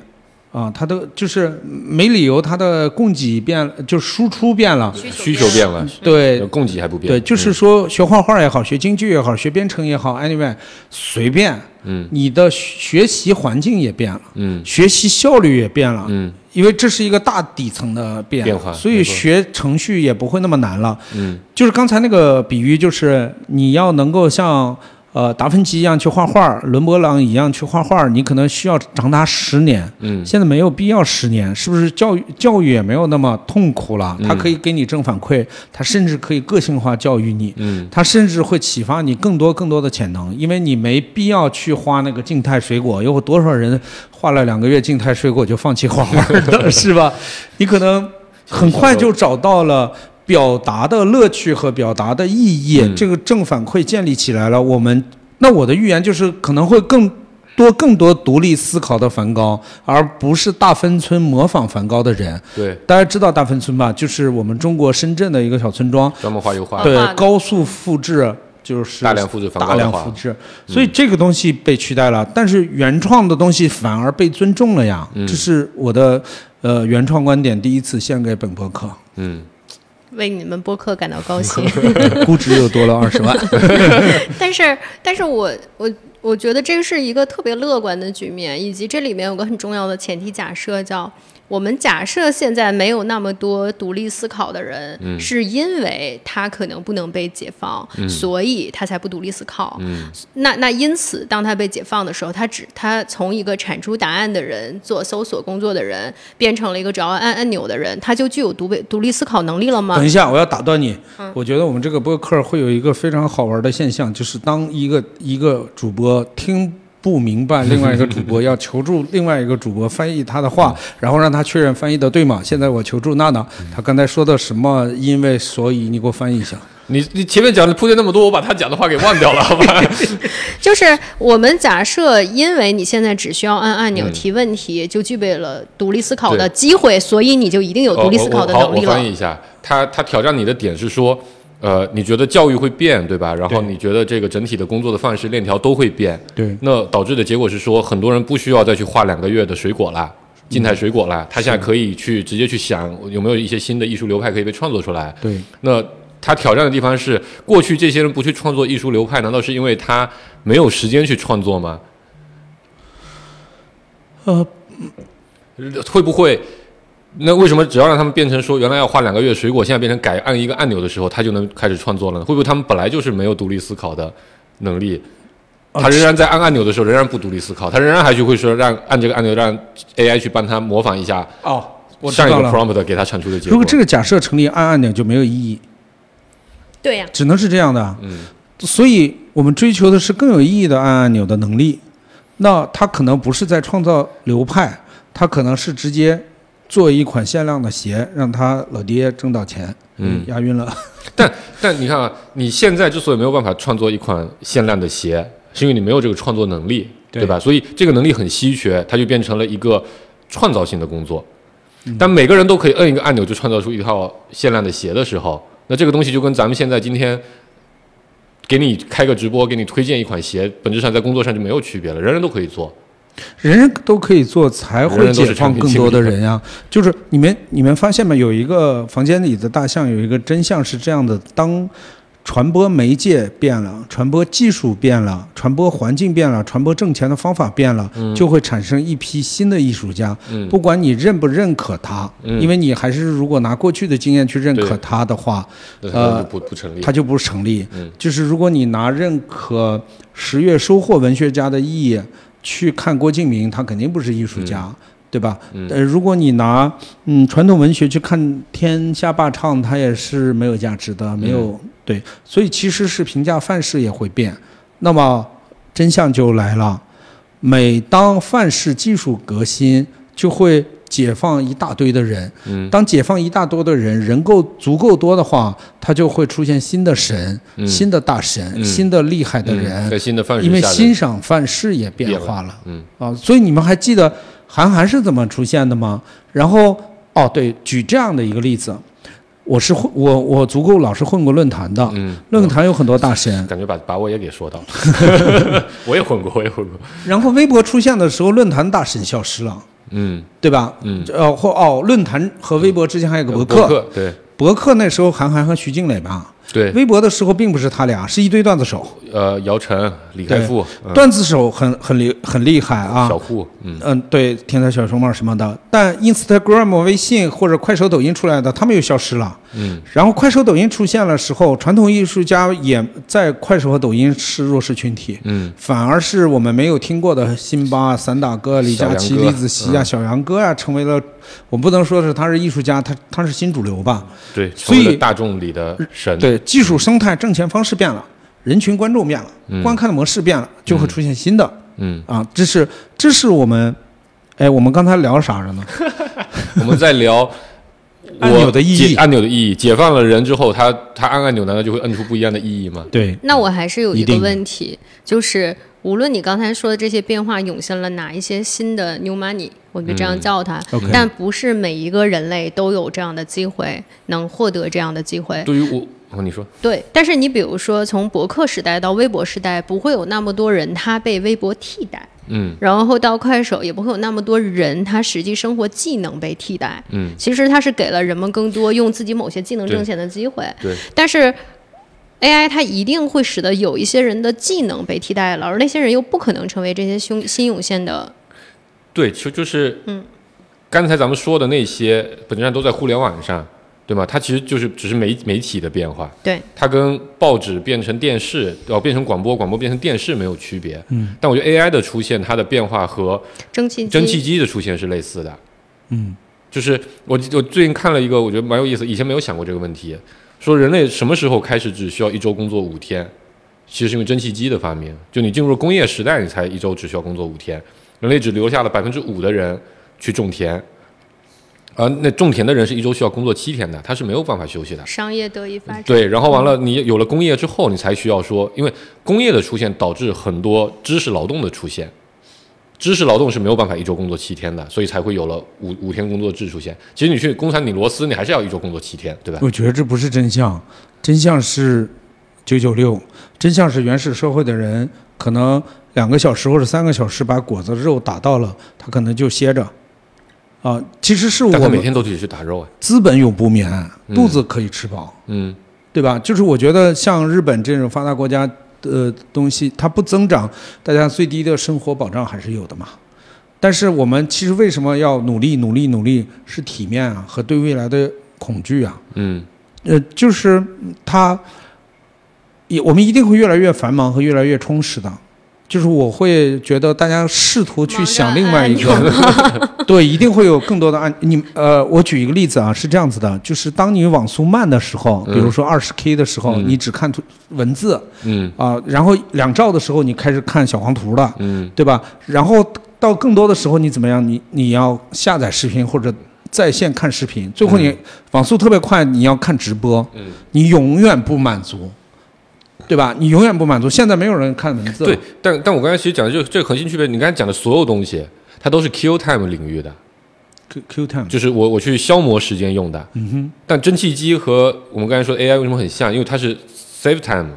S4: 啊，它的就是没理由它的供给变了，就输出变了，
S3: 需求变了，
S4: 对
S3: 供给还不变。
S4: 对，就是说学画画也好，学京剧也好，学编程也好，anyway，随便，
S3: 嗯
S4: 你的学习环境也变了，
S3: 嗯
S4: 学习效率也变了，
S3: 嗯
S4: 因为这是一个大底层的变
S3: 变化
S4: 所
S3: 没
S4: 以
S3: 错
S4: 学程序也不会那么难了。
S3: 嗯
S4: 就是刚才那个比喻，就是你要能够像呃达芬奇一样去画画，伦勃朗一样去画画，你可能需要长达十年。
S3: 嗯
S4: 现在没有必要十年，是不是教育教育也没有那么痛苦了？
S3: 嗯
S4: 它可以给你正反馈，它甚至可以个性化教育你，
S3: 嗯。
S4: 它甚至会启发你更多更多的潜能，因为你没必要去画那个静态水果。有多少人画了两个月静态水果就放弃画画的，是吧？你可能很快就找到了。表达的乐趣和表达的意义，
S3: 嗯
S4: 这个正反馈建立起来了。我们那我的预言就是可能会更多更多独立思考的梵高，而不是大芬村模仿梵高的人。
S3: 对，
S4: 大家知道大芬村吧？就是我们中国深圳的一个小村庄，
S3: 专门画油画，
S5: 画的
S4: 对，高速复制就是
S3: 大量复制梵
S4: 大
S3: 高的嗯
S4: 量
S3: 画
S4: 复，制，所以这个东西被取代了，但是原创的东西反而被尊重了呀。
S3: 嗯
S4: 这是我的呃原创观点，第一次献给本博客，
S3: 嗯，
S5: 为你们播客感到高兴。
S4: 估值又多了二十万。
S5: 但是，但是我我我觉得这个是一个特别乐观的局面，以及这里面有个很重要的前提假设叫。我们假设现在没有那么多独立思考的人，是因为他可能不能被解放，所以他才不独立思考。
S3: 嗯
S5: 那那因此，当他被解放的时候，他只他从一个产出答案的人、做搜索工作的人，变成了一个只要按按钮的人，他就具有独立独立思考能力了吗
S4: 等一？下，我要打断你。我觉得我们这个播客会有一个非常好玩的现象，就是当一个一个主播听不明白另外一个主播，要求助另外一个主播翻译他的话，然后让他确认翻译的对吗？现在我求助娜娜，她刚才说的什么？因为所以，你给我翻译一下。
S3: 你你前面讲的铺垫那么多，我把他讲的话给忘掉了，好吧？
S5: 就是我们假设，因为你现在只需要按按钮提问题，就具备了独立思考的
S3: 对
S5: 机会，所以你就一定有独立思考的
S3: 哦我我
S5: 能力
S3: 好，我
S5: 了
S3: 翻。译一下，他他挑战你的点是说，呃，你觉得教育会变，对吧？然后你觉得这个整体的工作的范式链条都会变，
S4: 对
S3: 那导致的结果是说，很多人不需要再去画两个月的水果啦。静态水果啦，他现在可以去直接去想有没有一些新的艺术流派可以被创作出来。
S4: 对，
S3: 那他挑战的地方是，过去这些人不去创作艺术流派，难道是因为他没有时间去创作吗？
S4: 呃，
S3: 会不会？那为什么只要让他们变成说原来要画两个月水果，现在变成改按一个按钮的时候，他就能开始创作了呢？会不会他们本来就是没有独立思考的能力？
S4: 啊
S3: 他仍然在按按钮的时候仍然不独立思考，他仍然还去会说让按这个按钮让 AI 去帮他模仿一下
S4: 哦，我知
S3: 上一
S4: 道
S3: 个
S4: 了。
S3: prompt 给他产出的结果。
S4: 如果这个假设成立，按按钮就没有意义，
S5: 对呀、
S4: 只能是这样的。
S3: 嗯
S4: 所以我们追求的是更有意义的按按钮的能力。那它可能不是在创造流派，它可能是直接做一款限量的鞋，让他老爹挣到钱。
S3: 嗯
S4: 押韵了。
S3: 但但你看啊，你现在之所以没有办法创作一款限量的鞋，是因为你没有这个创作能力，
S4: 对
S3: 对吧？所以这个能力很稀缺，它就变成了一个创造性的工作。但每个人都可以摁一个按钮就创造出一套限量的鞋的时候，那这个东西就跟咱们现在今天给你开个直播，给你推荐一款鞋，本质上在工作上就没有区别了，人人都可以做。
S4: 人人都可以做，才会解放更多的人呀、就是你们你们发现没？有一个房间里的大象，有一个真相是这样的：当传播媒介变了，传播技术变了，传播环境变了，传播挣钱的方法变了，就会产生一批新的艺术家。
S3: 嗯
S4: 不管你认不认可他，
S3: 嗯
S4: 因为你还是如果拿过去的经验去认可
S3: 对
S4: 他的话，
S3: 那它就不、不成立。
S4: 它就不成立。
S3: 嗯
S4: 就是如果你拿认可十月收获文学家的意义去看郭敬明，他肯定不是艺术家，对吧？
S3: 嗯
S4: 呃，如果你拿嗯传统文学去看天下霸唱，它也是没有价值的，没有、
S3: 嗯
S4: 对，所以其实是评价范式也会变。那么真相就来了，每当范式技术革新，就会解放一大堆的人。
S3: 嗯
S4: 当解放一大多的人，人够足够多的话，他就会出现新的神、
S3: 嗯
S4: 新的大神、
S3: 嗯
S4: 新的厉害的
S3: 嗯、
S4: 人，
S3: 在新的范式下
S4: 因为
S3: 的
S4: 欣赏范式也变化了
S3: 嗯
S4: 啊。所以你们还记得韩寒是怎么出现的吗？然后哦，对，举这样的一个例子，我是混我我足够老是混过论坛的，
S3: 嗯，
S4: 论坛有很多大神，
S3: 感觉把把我也给说到了，我也混过， 我也混过。
S4: 然后微博出现的时候，论坛大神消失了，
S3: 嗯
S4: 对吧？
S3: 嗯，
S4: 呃，或哦，论坛和微博之前还有个博
S3: 客，
S4: 客，
S3: 对
S4: 博客那时候韩寒和徐静蕾吧。
S3: 对，
S4: 微博的时候并不是他俩，是一堆段子手，
S3: 呃，姚晨、李开复、嗯
S4: 段子手很很厉很厉害啊
S3: 小。库，嗯，
S4: 嗯，对，天才小熊猫什么的，但 Instagram、微信或者快手、抖音出来的，他们又消失了。
S3: 嗯，
S4: 然后快手、抖音出现了时候，传统艺术家也在快手和抖音是弱势群体，
S3: 嗯，
S4: 反而是我们没有听过的辛巴、散打哥、李佳琦、
S3: 小杨哥嗯
S4: 李子柒啊、小杨哥啊，成为了我不能说是他是艺术家，他他是新主流吧？
S3: 对，
S4: 所
S3: 成
S4: 以
S3: 为了大众里的神，，
S4: 对，技术生态、挣钱方式变了，人群观众变了，
S3: 嗯
S4: 观看的模式变了，就会出现新的、
S3: 嗯，
S4: 啊。这是这是我们，哎，我们刚才聊啥了呢？
S3: 我们在聊
S4: 按钮的意义
S3: 我解按钮的意义，解放了人之后，他他按按钮，难道就会摁出不一样的意义吗？
S4: 对，
S5: 那我还是有
S4: 一
S5: 一个
S4: 定的
S5: 问题，就是无论你刚才说的这些变化涌现了哪一些新的 new money，我们就这样
S3: 嗯
S5: 叫它，
S4: OK
S5: 但不是每一个人类都有这样的机会，能获得这样的机会。
S3: 对于我，哦，你说，
S5: 对，但是你比如说从博客时代到微博时代，不会有那么多人他被微博替代，
S3: 嗯
S5: 然后到快手也不会有那么多人他实际生活技能被替代。
S3: 嗯，
S5: 其实它是给了人们更多用自己某些技能
S3: 对
S5: 挣钱的机会。
S3: 对，
S5: 但是 AI 它一定会使得有一些人的技能被替代了，而那些人又不可能成为这些新新涌现的。
S3: 对，就就是，
S5: 嗯，
S3: 刚才咱们说的那些本质上都在互联网上，对吗？它其实就是只是媒媒体的变化，
S5: 对，
S3: 它跟报纸变成电视，哦，变成广播，广播变成电视没有区别。嗯，但我觉得 AI 的出现，它的变化和
S5: 蒸汽机
S3: 蒸汽机的出现是类似的。
S4: 嗯，
S3: 就是我我最近看了一个，我觉得蛮有意思，以前没有想过这个问题，说人类什么时候开始只需要一周工作五天？其实是因为蒸汽机的发明，就你进入工业时代，你才一周只需要工作五天，人类只留下了百分之五的人去种田。而那种田的人是一周需要工作七天的，他是没有办法休息的。
S5: 商业得以发展，
S3: 对，然后完了，你有了工业之后，你才需要说，因为工业的出现导致很多知识劳动的出现，知识劳动是没有办法一周工作七天的，所以才会有了五五天工作制出现。其实你去工厂拧螺丝，你还是要一周工作七天，对吧？
S4: 我觉得这不是真相，真相是九九六，真相是原始社会的人可能两个小时或者三个小时把果子肉打到了，他可能就歇着。啊，其实是我
S3: 但他每
S4: 们
S3: 天都得去打肉啊，
S4: 资本永不眠，
S3: 嗯
S4: 肚子可以吃饱，
S3: 嗯
S4: 对吧？就是我觉得像日本这种发达国家的东西，它不增长，大家最低的生活保障还是有的嘛。但是我们其实为什么要努力努力努力？是体面啊和对未来的恐惧啊。
S3: 嗯
S4: 呃，就是它也我们一定会越来越繁忙和越来越充实的。就是我会觉得大家试图去想另外一
S5: 忙着
S4: 个， 对，一定会有更多的按你呃，我举一个例子啊，是这样子的，就是当你网速慢的时候，
S3: 嗯
S4: 比如说二十 K 的时候，
S3: 嗯
S4: 你只看图文字
S3: 嗯
S4: 啊、然后两兆的时候你开始看小黄图了，
S3: 嗯
S4: 对吧？然后到更多的时候，你怎么样？你你要下载视频或者在线看视频，最后你
S3: 嗯
S4: 网速特别快，你要看直播，
S3: 嗯，
S4: 你永远不满足，对吧？你永远不满足。现在没有人看文字了，
S3: 对。但但我刚才其实讲的就是这个核心区别，你刚才讲的所有东西，它都是 Q time 领域的，
S4: Q Q time，
S3: 就是我我去消磨时间用的。
S4: 嗯哼，
S3: 但蒸汽机和我们刚才说的 AI 为什么很像？因为它是 save time，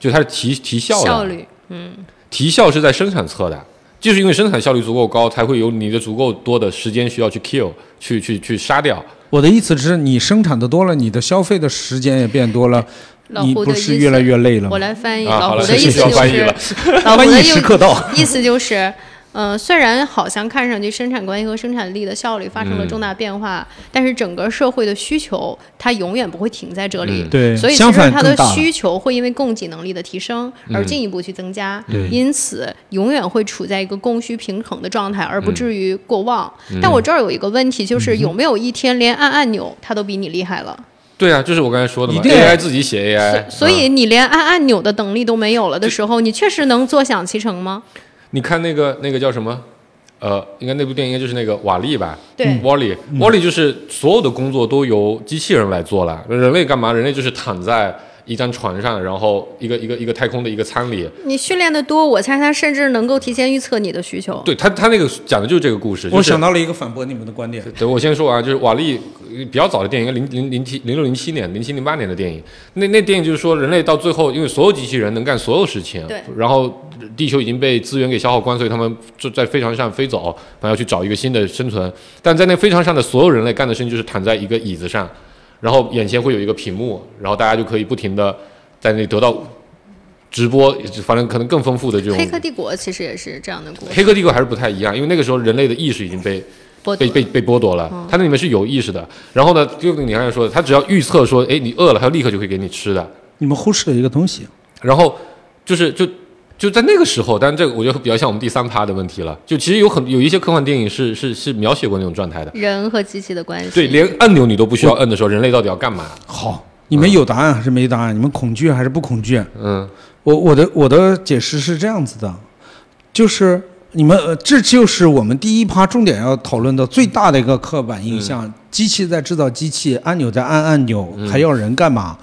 S3: 就它是提提效的，
S5: 效率，嗯，
S3: 提效是在生产侧的，就是因为生产效率足够高，才会有你的足够多的时间需要去 kill，去去去杀掉。
S4: 我的意思是你生产的多了，你的消费的时间也变多了，
S5: 老
S4: 你
S5: 胡的
S4: 不
S5: 意思
S4: 是越来越累了
S5: 我
S4: 吗？
S5: 来翻译，
S3: 啊好
S5: 老
S3: 了
S5: 胡的意
S3: 这
S5: 思
S3: 需要
S5: 就
S3: 翻译
S5: 是
S3: 了，
S5: 老胡的意
S4: 刻到，
S5: 意思就是，呃，虽然好像看上去生产关系和生产力的效率发生了重大变化，但是整个社会的需求它永远不会停在这里。
S3: 嗯
S4: 对，
S5: 所以，其
S4: 相
S5: 实
S4: 反
S5: 它
S4: 更
S5: 的
S4: 大了。
S5: 需求会因为供给能力的提升而进一步去增加，
S4: 对
S5: 因此永远会处在一个供需平衡的状态，而不至于过旺。但我这儿有一个问题，就是有没有一天连按按钮它都比你厉害了？
S3: 对啊，就是我刚才说的嘛
S4: 一定要
S3: ，AI 自己写 AI，
S5: 所以你连按按钮的能力都没有了的时候，你确实能坐享其成吗？
S3: 你看那个那个叫什么？呃，应该那部电影应该就是那个瓦力吧？
S5: 对嗯
S3: w a l l y w a l l y 就是所有的工作都由机器人来做了，人类干嘛？人类就是躺在一张船上，然后一个一个一个太空的一个舱里，
S5: 你训练的多，我猜它甚至能够提前预测你的需求。
S3: 对他他那个讲的就是这个故事。
S4: 我
S3: 就是
S4: 想到了一个反驳你们的观点，
S3: 对，我先说完，就是瓦力呃比较早的电影，零零零七、零六、零七年、零七、零八年的电影。那那电影就是说，人类到最后，因为所有机器人能干所有事情
S5: 对，
S3: 然后地球已经被资源给消耗光，所以他们就在飞船上飞走，然后要去找一个新的生存。但在那飞船上的所有人类干的事情就是躺在一个椅子上，然后眼前会有一个屏幕，然后大家就可以不停的在那里得到直播，反正可能更丰富的这种。
S5: 黑客帝国其实也是这样的故事，
S3: 黑客帝国还是不太一样，因为那个时候人类的意识已经被
S5: 剥夺
S3: 被被被剥夺了，它那里面是有意识的。然后呢，就跟你刚才说的，它只要预测说，哎，你饿了，它立刻就会给你吃的。
S4: 你们忽视了一个东西，
S3: 然后就是就就在那个时候，但这个我觉得比较像我们第三趴的问题了。就其实有很有一些科幻电影是是是描写过那种状态的，
S5: 人和机器的关系。
S3: 对，连按钮你都不需要摁的时候，人类到底要干嘛？
S4: 好，你们有答案还是没答案？你们恐惧还是不恐惧？
S3: 嗯
S4: 我我的我的解释是这样子的，就是你们、呃、这就是我们第一趴重点要讨论的最大的一个刻板印象：机器在制造机器，按钮在按按钮，还要人干嘛？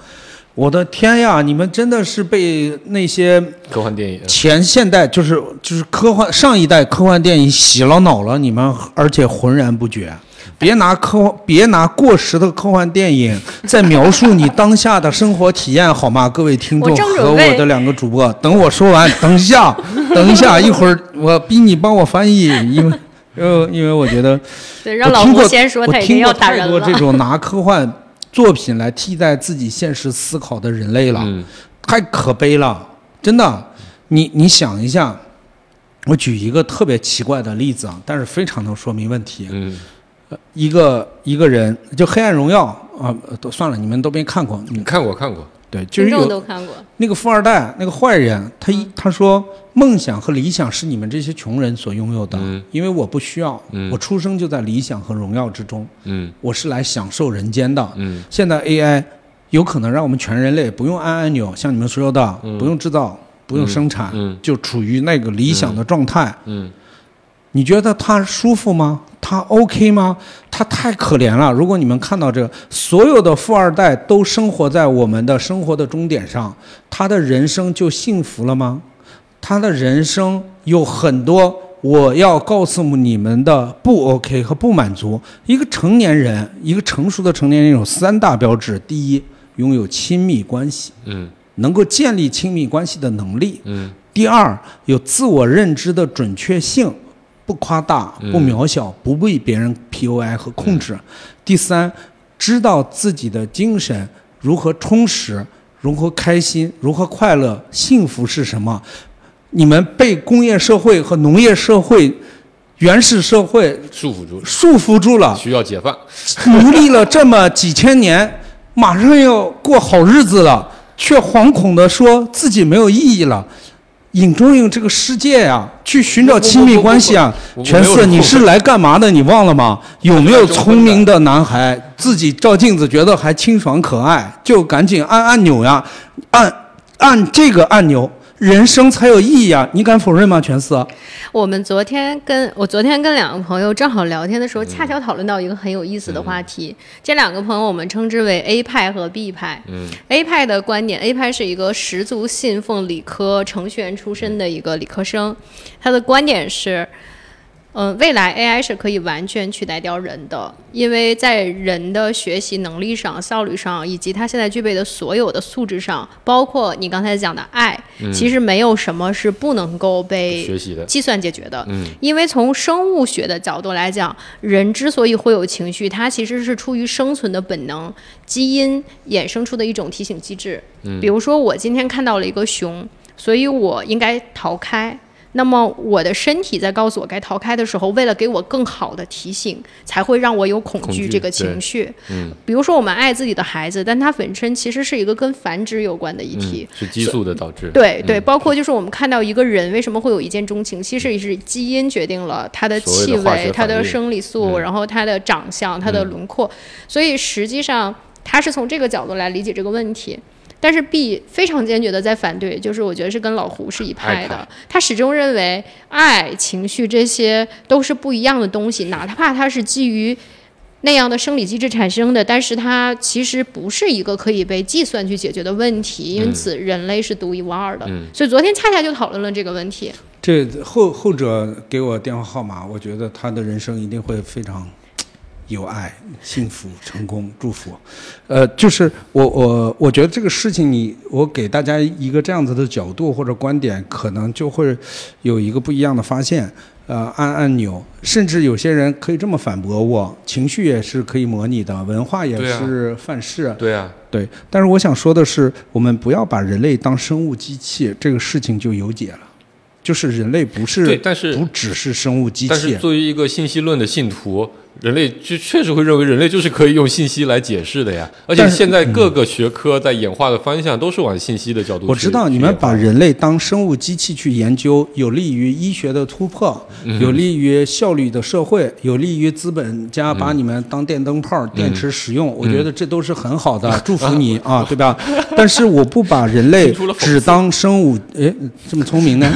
S4: 我的天呀！你们真的是被那些
S3: 科幻电影，
S4: 前现代，就是就是科幻上一代科幻电影洗了脑了，你们而且浑然不觉。别拿科，别拿过时的科幻电影在描述你当下的生活体验，好吗？各位听众
S5: 我正准
S4: 和
S5: 备
S4: 我的两个主播，等我说完，等一下，等一下，一会儿我逼你帮我翻译，因为，呃，因为我觉得
S5: 对，让
S4: 我
S5: 老
S4: 听
S5: 胡
S4: 过
S5: 先说，
S4: 我
S5: 他已经
S4: 听
S5: 要
S4: 过
S5: 打人
S4: 太多这
S5: 了。
S4: 种拿科幻作品来替代自己现实思考的人类了，
S3: 嗯
S4: 太可悲了，真的。你你想一下，我举一个特别奇怪的例子啊，但是非常能说明问题。
S3: 嗯
S4: 呃一个一个人，就《黑暗荣耀》啊，呃都算了，你们都没看过，
S3: 你
S4: 嗯，
S3: 看过看过，
S4: 对，就是
S5: 听众
S4: 有
S5: 都嗯看过，
S4: 那个富二代，那个坏人，他一他说梦想和理想是你们这些穷人所拥有的，
S3: 嗯
S4: 因为我不需要，
S3: 嗯
S4: 我出生就在理想和荣耀之中，
S3: 嗯
S4: 我是来享受人间的，
S3: 嗯
S4: 现在 AI 有可能让我们全人类不用按按钮，像你们说的，不用制造，不用生产，
S3: 嗯
S4: 就处于那个理想的状态。
S3: 嗯
S4: 你觉得他舒服吗？他 OK 吗？他太可怜了。如果你们看到这个，所有的富二代都生活在我们的生活的终点上，他的人生就幸福了吗？他的人生有很多我要告诉你们的不 OK 和不满足。一个成年人，一个成熟的成年人有三大标志：第一，拥有亲密关系，
S3: 嗯
S4: 能够建立亲密关系的能力；
S3: 嗯
S4: 第二，有自我认知的准确性，不夸大、
S3: 嗯
S4: 不渺小、不被别人 PUI 和控制；第三，知道自己的精神如何充实、如何开心、如何快乐、幸福是什么。你们被工业社会和农业社会、原始社会
S3: 束缚住，
S4: 束缚住了，
S3: 需要解放，
S4: 努力了这么几千年，马上要过好日子了，却惶恐地说自己没有意义了。引中用这个世界呀、去寻找亲密关系啊！
S3: 不不不不不
S4: 全
S3: 我没
S4: 四，
S3: 有
S4: 你是来干嘛的？你忘了吗？有没有聪明的男孩自己照镜子觉得还清爽可爱，就赶紧按按钮呀，按按这个按钮，人生才有意义啊！你敢否认吗？全四，
S5: 我们昨天跟我昨天跟两个朋友正好聊天的
S4: 嗯
S5: 时候，恰巧讨论到一个很有意思的话题。这两个朋友我们称之为 A 派和 B 派。
S3: 嗯
S5: A 派的观点，A 派是一个十足信奉理科程序员出身的一个理科生，他的观点是。嗯，未来 AI 是可以完全取代掉人的，因为在人的学习能力上、效率上，以及他现在具备的所有的素质上，包括你刚才讲的爱，其实没有什么是不能够被
S3: 嗯学习的，
S5: 计算解决的。
S3: 嗯
S5: 因为从生物学的角度来讲，人之所以会有情绪，它其实是出于生存的本能，基因衍生出的一种提醒机制。嗯、比如说，我今天看到了一个熊，所以我应该逃开。那么我的身体在告诉我该逃开的时候，为了给我更好的提醒，才会让我有恐
S3: 恐
S5: 惧
S3: 惧
S5: 这个
S3: 对
S5: 情绪。
S3: 嗯
S5: 比如说，我们爱自己的孩子，但他本身其实是一个跟繁殖有关的议题。
S3: 嗯，是激素的导致，
S5: 对对，包括就是我们看到一个人为什么会有一见钟情，其实也是基因决定了他的
S3: 所谓的
S5: 气
S3: 化学
S5: 味、他
S3: 反
S5: 的
S3: 应
S5: 生理素，
S3: 嗯
S5: 然后他的长相、他的轮廓，所以实际上他是从这个角度来理解这个问题。但是 B 非常坚决的在反对，就是我觉得是跟老胡是一派
S3: 爱派
S5: 的，他始终认为爱、情绪这些都是不一样的东西，哪怕它是基于那样的生理机制产生的，但是它其实不是一个可以被计算去解决的问题，因此人类是独一无二的。
S3: 嗯
S5: 所以昨天恰恰就讨论了这个问题。
S4: 这后后者给我电话号码，我觉得他的人生一定会非常有爱、幸福、成功、祝福。呃，就是我我我觉得这个事情你，我给大家一个这样子的角度或者观点，可能就会有一个不一样的发现。呃，按按钮，甚至有些人可以这么反驳我：情绪也是可以模拟的，文化也
S3: 对啊
S4: 是范式。
S3: 对啊，
S4: 对，但是我想说的是，我们不要把人类当生物机器，这个事情就有解了。就是人类不是，
S3: 对但是
S4: 不只是生物机
S3: 但是
S4: 器，
S3: 作为一个信息论的信徒，人类就确实会认为人类就是可以用信息来解释的呀。而且
S4: 但是
S3: 现在各个学科在演化的方向都是往信息的角度去。
S4: 我知道
S3: 去
S4: 你们
S3: 演化
S4: 把人类当生物机器去研究，有利于医学的突破，
S3: 嗯
S4: 有利于效率的社会，有利于资本家
S3: 嗯
S4: 把你们当电灯泡、电池使用。我觉得这都是很好 的，祝福你啊，对吧？但是我不把人类
S3: 提出了讽刺
S4: 只当生物，诶，这么聪明呢？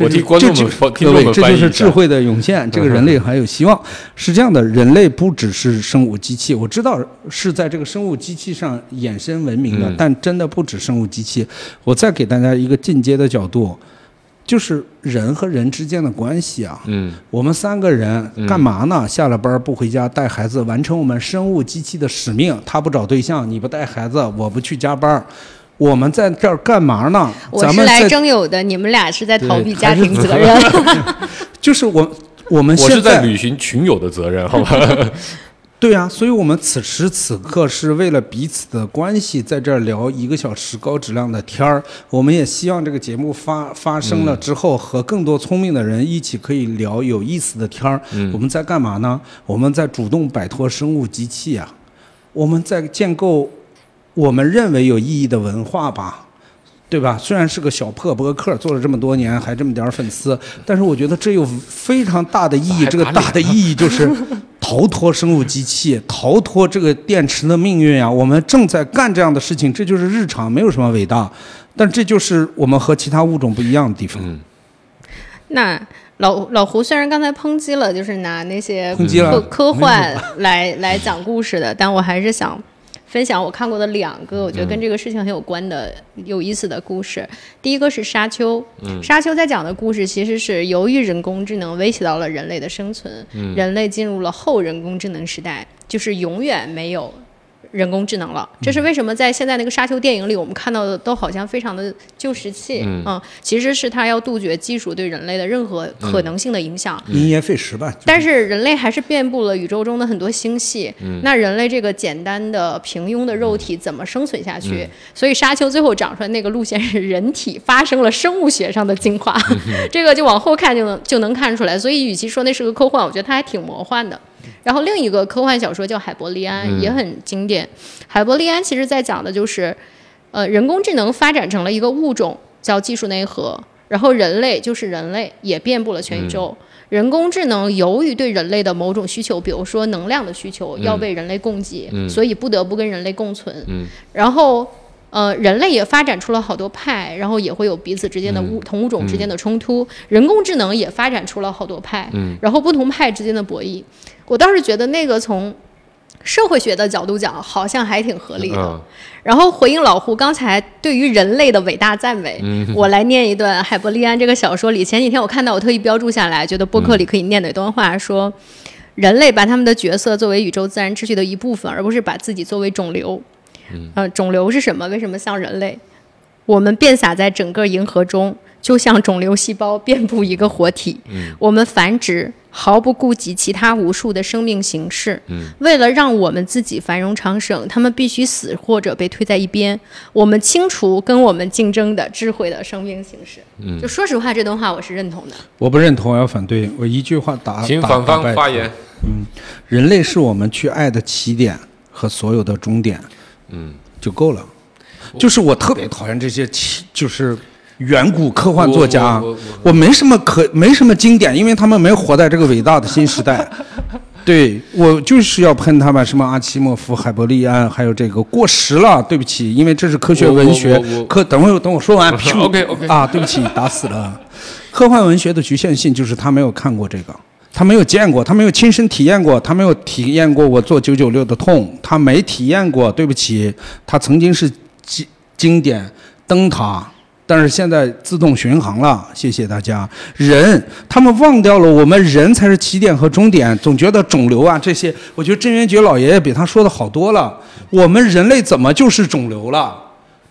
S3: 我替观众们
S4: 这就
S3: 听众
S4: 各
S3: 们
S4: 位这
S3: 翻
S4: 就
S3: 译一下嗯
S4: 是智慧的涌现，这个人类还有希望。是这样的，人类不只是生物机器，我知道是在这个生物机器上衍生文明的，
S3: 嗯
S4: 但真的不止生物机器。我再给大家一个进阶的角度，就是人和人之间的关系啊。
S3: 嗯
S4: 我们三个人干嘛呢？下了班不回家，带孩子，完成我们生物机器的使命。他不找对象，你不带孩子，我不去加班，我们在这儿干嘛呢？
S5: 我
S4: 咱
S5: 是
S4: 们
S5: 来
S4: 在
S5: 征友的，你们俩是在逃避
S4: 对
S5: 家庭责任。
S4: 就是我我们
S3: 我是
S4: 现
S3: 在履行群友的责任，好吧？
S4: 对啊，所以我们此时此刻是为了彼此的关系，在这儿聊一个小时高质量的天儿。我们也希望这个节目发发生
S3: 嗯
S4: 了之后，和更多聪明的人一起可以聊有意思的天儿。
S3: 嗯
S4: 我们在干嘛呢？我们在主动摆脱生物机器啊，我们在建构我们认为有意义的文化吧。对吧？虽然是个小破博客，做了这么多年还这么点儿粉丝，但是我觉得这有非常大的意义。这个大的意义就是 逃脱生物机器，逃脱这个电池的命运啊！我们正在干这样的事情，这就是日常，没有什么伟大，但这就是我们和其他物种不一样的地方。
S3: 嗯
S5: 那老老胡虽然刚才抨击了，就是拿那 些
S4: 抨击了
S3: 嗯
S5: 科科
S4: 嗯没
S5: 幻 来来讲故事的，但我还是想分享我看过的两个，我觉得跟这个事情很有关的、有意思的故事。第一个是沙丘，沙丘在讲的故事其实是由于人工智能威胁到了人类的生存，人类进入了后人工智能时代，就是永远没有。人工智能了，这是为什么在现在那个沙丘电影里，我们看到的都好像非常的旧石器，嗯其实是它要杜绝技术对人类的任何可能性的影响，
S4: 因噎废食吧。
S5: 但是人类还是遍布了宇宙中的很多星系。那人类这个简单的平庸的肉体怎么生存下去？所以沙丘最后长出来那个路线是人体发生了生物学上的进化，这个就往后看就能就能看出来。所以与其说那是个科幻，我觉得它还挺魔幻的。然后另一个科幻小说叫《海伯利安》，也很经典。海伯利安其实在讲的就是，呃，人工智能发展成了一个物种叫技术内核，然后人类就是人类也遍布了全宇宙。人工智能由于对人类的某种需求，比如说能量的需求，要被人类供给，所以不得不跟人类共存。然后。呃，人类也发展出了好多派，然后也会有彼此之间的物、同物种之间的冲突。人工智能也发展出了好多派，然后不同派之间的博弈。我倒是觉得那个从社会学的角度讲，好像还挺合理的。
S3: 嗯
S5: 然后回应老胡刚才对于人类的伟大赞美，我来念一段《海伯利安》这个小说里。前几天我看到，我特意标注下来，觉得播客里可以念的一段话，说人类把他们的角色作为宇宙自然秩序的一部分，而不是把自己作为肿瘤。呃，肿瘤是什么？为什么像人类？我们遍洒在整个银河中，就像肿瘤细胞遍布一个活体。
S4: 嗯
S5: 我们繁殖，毫不顾及其他无数的生命形式。
S4: 嗯
S5: 为了让我们自己繁荣昌盛，他们必须死或者被推在一边。我们清除跟我们竞争的智慧的生命形式。
S4: 嗯
S5: 就说实话，这段话我是认同的。
S4: 我不认同，我要反对。我一句话打
S3: 请
S4: 打
S3: 反
S4: 打败
S3: 方发言。
S4: 人类是我们去爱的起点和所有的终点，
S3: 嗯，
S4: 就够了。就是我特别讨厌这些起，就是远古科幻作家
S3: 我我我，
S4: 我没什么可没什么经典，因为他们没活在这个伟大的新 时代。对我就是要喷他们，什么阿西莫夫、海伯利安，还有这个过时了，对不起，因为这是科学
S3: 我我
S4: 文学
S3: 我我
S4: 科。等会儿等我说完
S3: OK，OK
S4: 啊，对不起，打死了。啊科幻文学的局限性就是他没有看过这个，他没有见过，他没有亲身体验过，他没有体验过我做九九六的痛，他没体验过。对不起，他曾经是经经典灯塔。但是现在自动巡航了，谢谢大家。人，他们忘掉了我们人才是起点和终点，总觉得肿瘤啊这些，我觉得郑渊洁老爷爷比他说的好多了。我们人类怎么就是肿瘤了？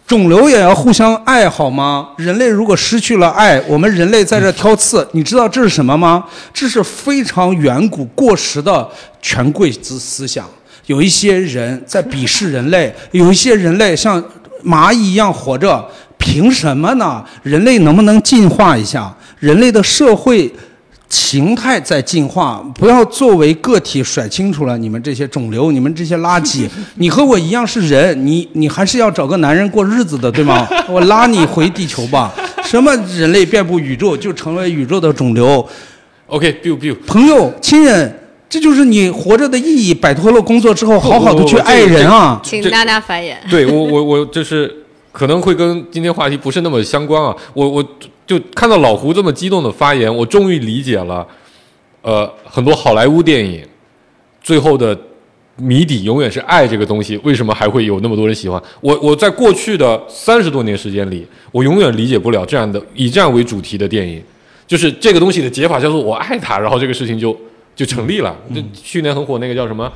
S4: 肿瘤也要互相爱好吗？人类如果失去了爱，我们人类在这挑刺，你知道这是什么吗？这是非常远古过时的权贵之思想。有一些人在鄙视人类，有一些人类像蚂蚁一样活着，凭什么呢？人类能不能进化一下？人类的社会形态在进化，不要作为个体甩清楚了。你们这些肿瘤，你们这些垃 圾，你和我一样是人，你你还是要找个男人过日子的，对 吗？我拉你回地球吧。什么人类遍布宇宙，就成为宇宙的肿瘤。
S3: OK，biu biu，
S4: 朋友、亲人，这就是你活着的意义。摆脱了工作之后，好好的去爱人啊。
S5: 请
S3: 这
S5: 娜娜发
S4: 嗯
S5: 言。
S3: 对我我我就是可能会跟今天话题不是那么相关啊。我我就看到老胡这么激动的发言，我终于理解了，呃，很多好莱坞电影最后的谜底永远是爱这个东西，为什么还会有那么多人喜欢？我我在过去的三十多年时间里，我永远理解不了这样的以这样为主题的电影，就是这个东西的解法叫做我爱它，然后这个事情就就成立了。就去年很火那个叫什么？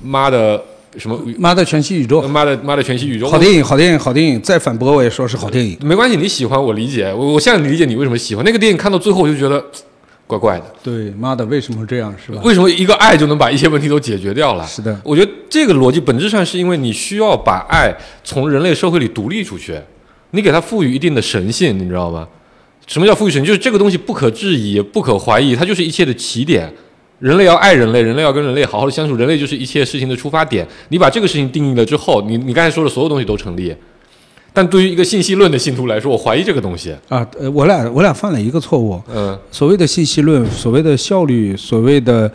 S3: 妈的什么？
S4: 妈的，全息宇宙，
S3: 妈的妈的全息宇宙，
S4: 好电影，好电影，好电影。再反驳我也说是好电影。
S3: 没关系，你喜欢我理解，我我现在理解你为什么喜欢那个电影。看到最后我就觉得，怪怪的。
S4: 对，妈的，为什么这样是吧？
S3: 为什么一个爱就能把一些问题都解决掉了？
S4: 是的
S3: 我觉得这个逻辑本质上是因为你需要把爱从人类社会里独立出去，你给它赋予一定的神性，你知道吗？什么叫赋予神性？就是这个东西不可质疑、不可怀疑，它就是一切的起点。人类要爱人类，人类要跟人类好好的相处，人类就是一切事情的出发点。你把这个事情定义了之后，你你刚才说的所有东西都成立。但对于一个信息论的信徒来说，我怀疑这个东西。
S4: 啊，呃，我俩我俩犯了一个错误，
S3: 嗯
S4: 所谓的信息论，所谓的效率，所谓的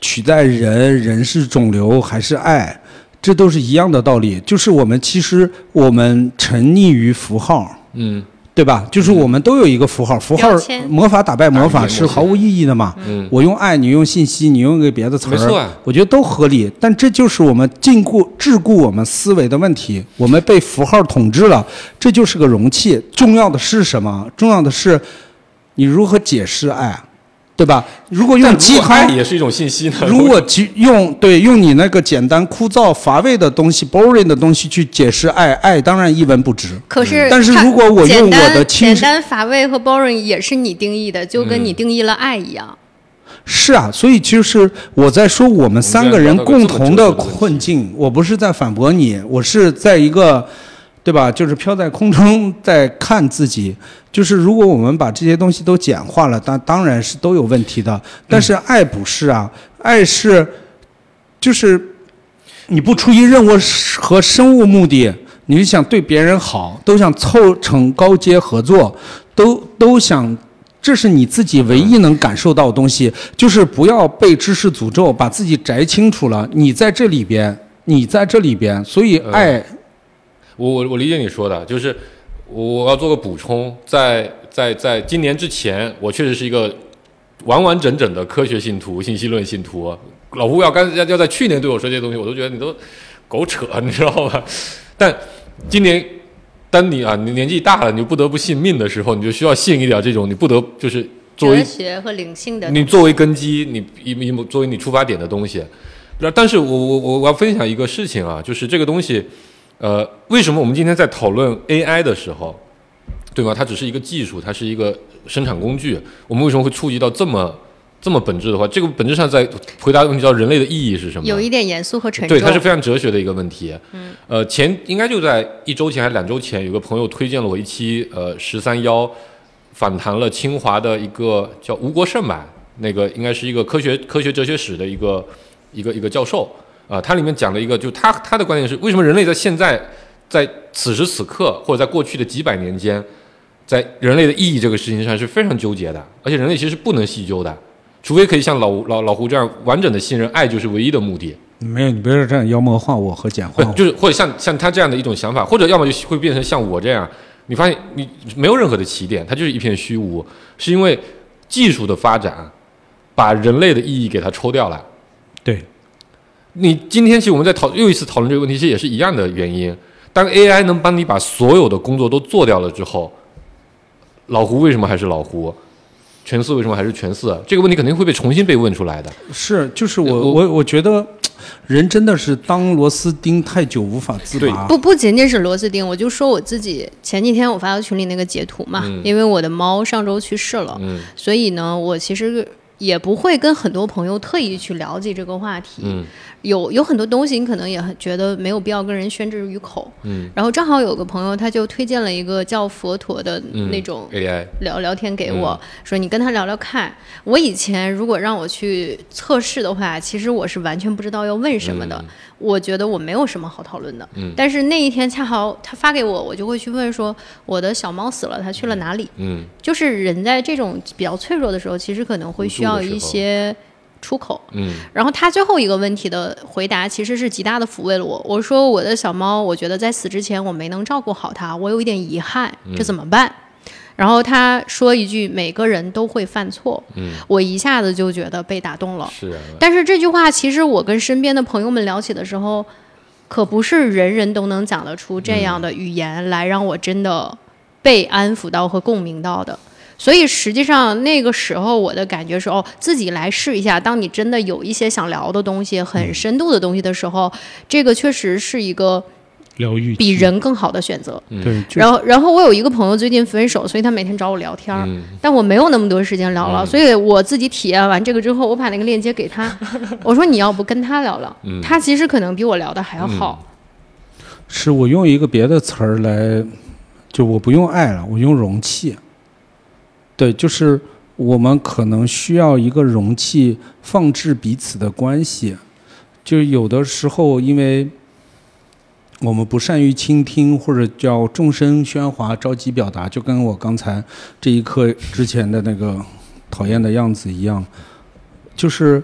S4: 取代人，人是肿瘤还是爱，这都是一样的道理。就是我们其实我们沉溺于符号，
S3: 嗯
S4: 对吧？就是我们都有一个符号，符号
S5: 嗯标签
S4: 魔法打败魔
S3: 打败
S4: 法
S3: 魔法
S4: 是毫无意义的嘛。
S3: 嗯，
S4: 我用爱，你用信息，你用一个别的词
S3: 没错
S4: 儿
S3: 啊，
S4: 我觉得都合理。但这就是我们禁锢、桎梏我们思维的问题。我们被符号统治了，这就是个容器。重要的是什么？重要的是你如何解释爱，啊对吧？如果用
S3: 但如
S4: 鸡
S3: 果爱
S4: 汤，
S3: 也是一种信息呢？
S4: 如果去用对用你那个简单、枯燥、乏味的东西、boring 的东西去解释爱，爱当然一文不值。
S5: 可是看，
S4: 嗯但是如果我用
S5: 简单
S4: 我的亲身嗯
S5: 简单乏味和 boring 也是你定义的，就跟你定义了爱一样。
S4: 是啊，所以就是我在说我们三个人共同的困境，我不是在反驳你，我是在一个，对吧？就是飘在空中在看自己。就是如果我们把这些东西都简化了，当当然是都有问题的。但是爱不是啊，爱是，就是你不出于任何和生物目的，你是想对别人好，都想凑成高阶合作，都都想，这是你自己唯一能感受到的东西，就是不要被知识诅咒，把自己摘清楚了。你在这里边，你在这里边，所以爱，
S3: 我我我理解你说的，就是我我要做个补充，在在在今年之前，我确实是一个完完整整的科学信徒、信息论信徒。啊老胡要刚要要在去年对我说这些东西，我都觉得你都狗扯，你知道吧？但今年。当你啊，你年纪大了，你就不得不信命的时候，你就需要信一点这种，你不得就是作为
S5: 哲学和灵性的，
S3: 你作为根基，你一一作为你出发点的东西。那但是我我我我要分享一个事情啊，就是这个东西，呃，为什么我们今天在讨论 AI 的时候，对吗？它只是一个技术，它是一个生产工具，我们为什么会触及到这么这么本质的话？这个本质上在回答问题，叫人类的意义是什么？
S5: 有一点严肃和沉重。
S3: 对，它是非常哲学的一个问题。嗯，呃，前应该就在一周前还是两周前，有个朋友推荐了我一期呃十三幺访谈了清华的一个叫吴国胜吧，那个应该是一个科学科学哲学史的一个一个一个教授啊、呃，他里面讲了一个，就他他的观点是，为什么人类在现在在此时此刻或者在过去的几百年间，在人类的意义这个事情上是非常纠结的，而且人类其实是不能细究的。除非可以像老老老胡这样完整的信任，爱就是唯一的目的。
S4: 没有，你不要这样妖魔化我和简
S3: 不
S4: 化我。
S3: 就是或者像像他这样的一种想法，或者要么就会变成像我这样，你发现你没有任何的起点，它就是一片虚无，是因为技术的发展把人类的意义给它抽掉了。
S4: 对，
S3: 你今天其实我们在讨又一次讨论这个问题，其实也是一样的原因。当 AI 能帮你把所有的工作都做掉了之后，老胡为什么还是老胡？全四为什么还是全四？啊这个问题肯定会被重新被问出来的。
S4: 是就是呃我
S3: 我
S4: 我我觉得，人真的是当螺丝钉太久无法自
S3: 啊
S4: 拔。
S5: 不不仅仅是螺丝钉，我就说我自己前几天我发到群里那个截图嘛，
S3: 嗯
S5: 因为我的猫上周去世了，
S3: 嗯
S5: 所以呢，我其实也不会跟很多朋友特意去了解这个话题。
S3: 嗯
S5: 有有很多东西你可能也很觉得没有必要跟人宣之于口。
S3: 嗯
S5: 然后正好有个朋友他就推荐了一个叫佛陀的
S3: 嗯，
S5: 那种
S3: AI，
S5: 聊聊天给
S3: 嗯
S5: 我，说你跟他聊聊看。我以前如果让我去测试的话，其实我是完全不知道要问什么的。我觉得我没有什么好讨论的。
S3: 嗯
S5: 但是那一天恰好他发给我，我就会去问说我的小猫死了，它去了哪里？
S3: 嗯
S5: 就是人在这种比较脆弱的时候，其实可能会需要一些出口。
S3: 嗯
S5: 然后他最后一个问题的回答其实是极大的抚慰了我。我说我的小猫，我觉得在死之前我没能照顾好它，我有一点遗憾，
S3: 嗯
S5: 这怎么办？然后他说一句：“每个人都会犯错。”
S3: 嗯，
S5: 我一下子就觉得被打动了。
S3: 是啊，
S5: 但是这句话，其实我跟身边的朋友们聊起的时候，可不是人人都能讲得出这样的语言来让我真的被安抚到和共鸣到的。所以实际上那个时候我的感觉是，哦，自己来试一下。当你真的有一些想聊的东西、很深度的东西的时候，这个确实是一个
S6: 疗愈
S5: 比
S6: 器
S5: 人更好的选择。
S6: 对，就
S5: 然后，然后我有一个朋友最近分手，所以他每天找我聊天儿，
S3: 嗯
S5: 但我没有那么多时间聊了，所以我自己体验完这个之后，我把那个链接 给他，我说你要不跟他聊聊，
S3: 嗯
S5: 他其实可能比我聊的还要好，
S4: 是我用一个别的词儿来，就我不用爱了，我用容器。对，就是我们可能需要一个容器放置彼此的关系。就有的时候，因为我们不善于倾听，或者叫众生喧哗、着急表达，就跟我刚才这一刻之前的那个讨厌的样子一样，就是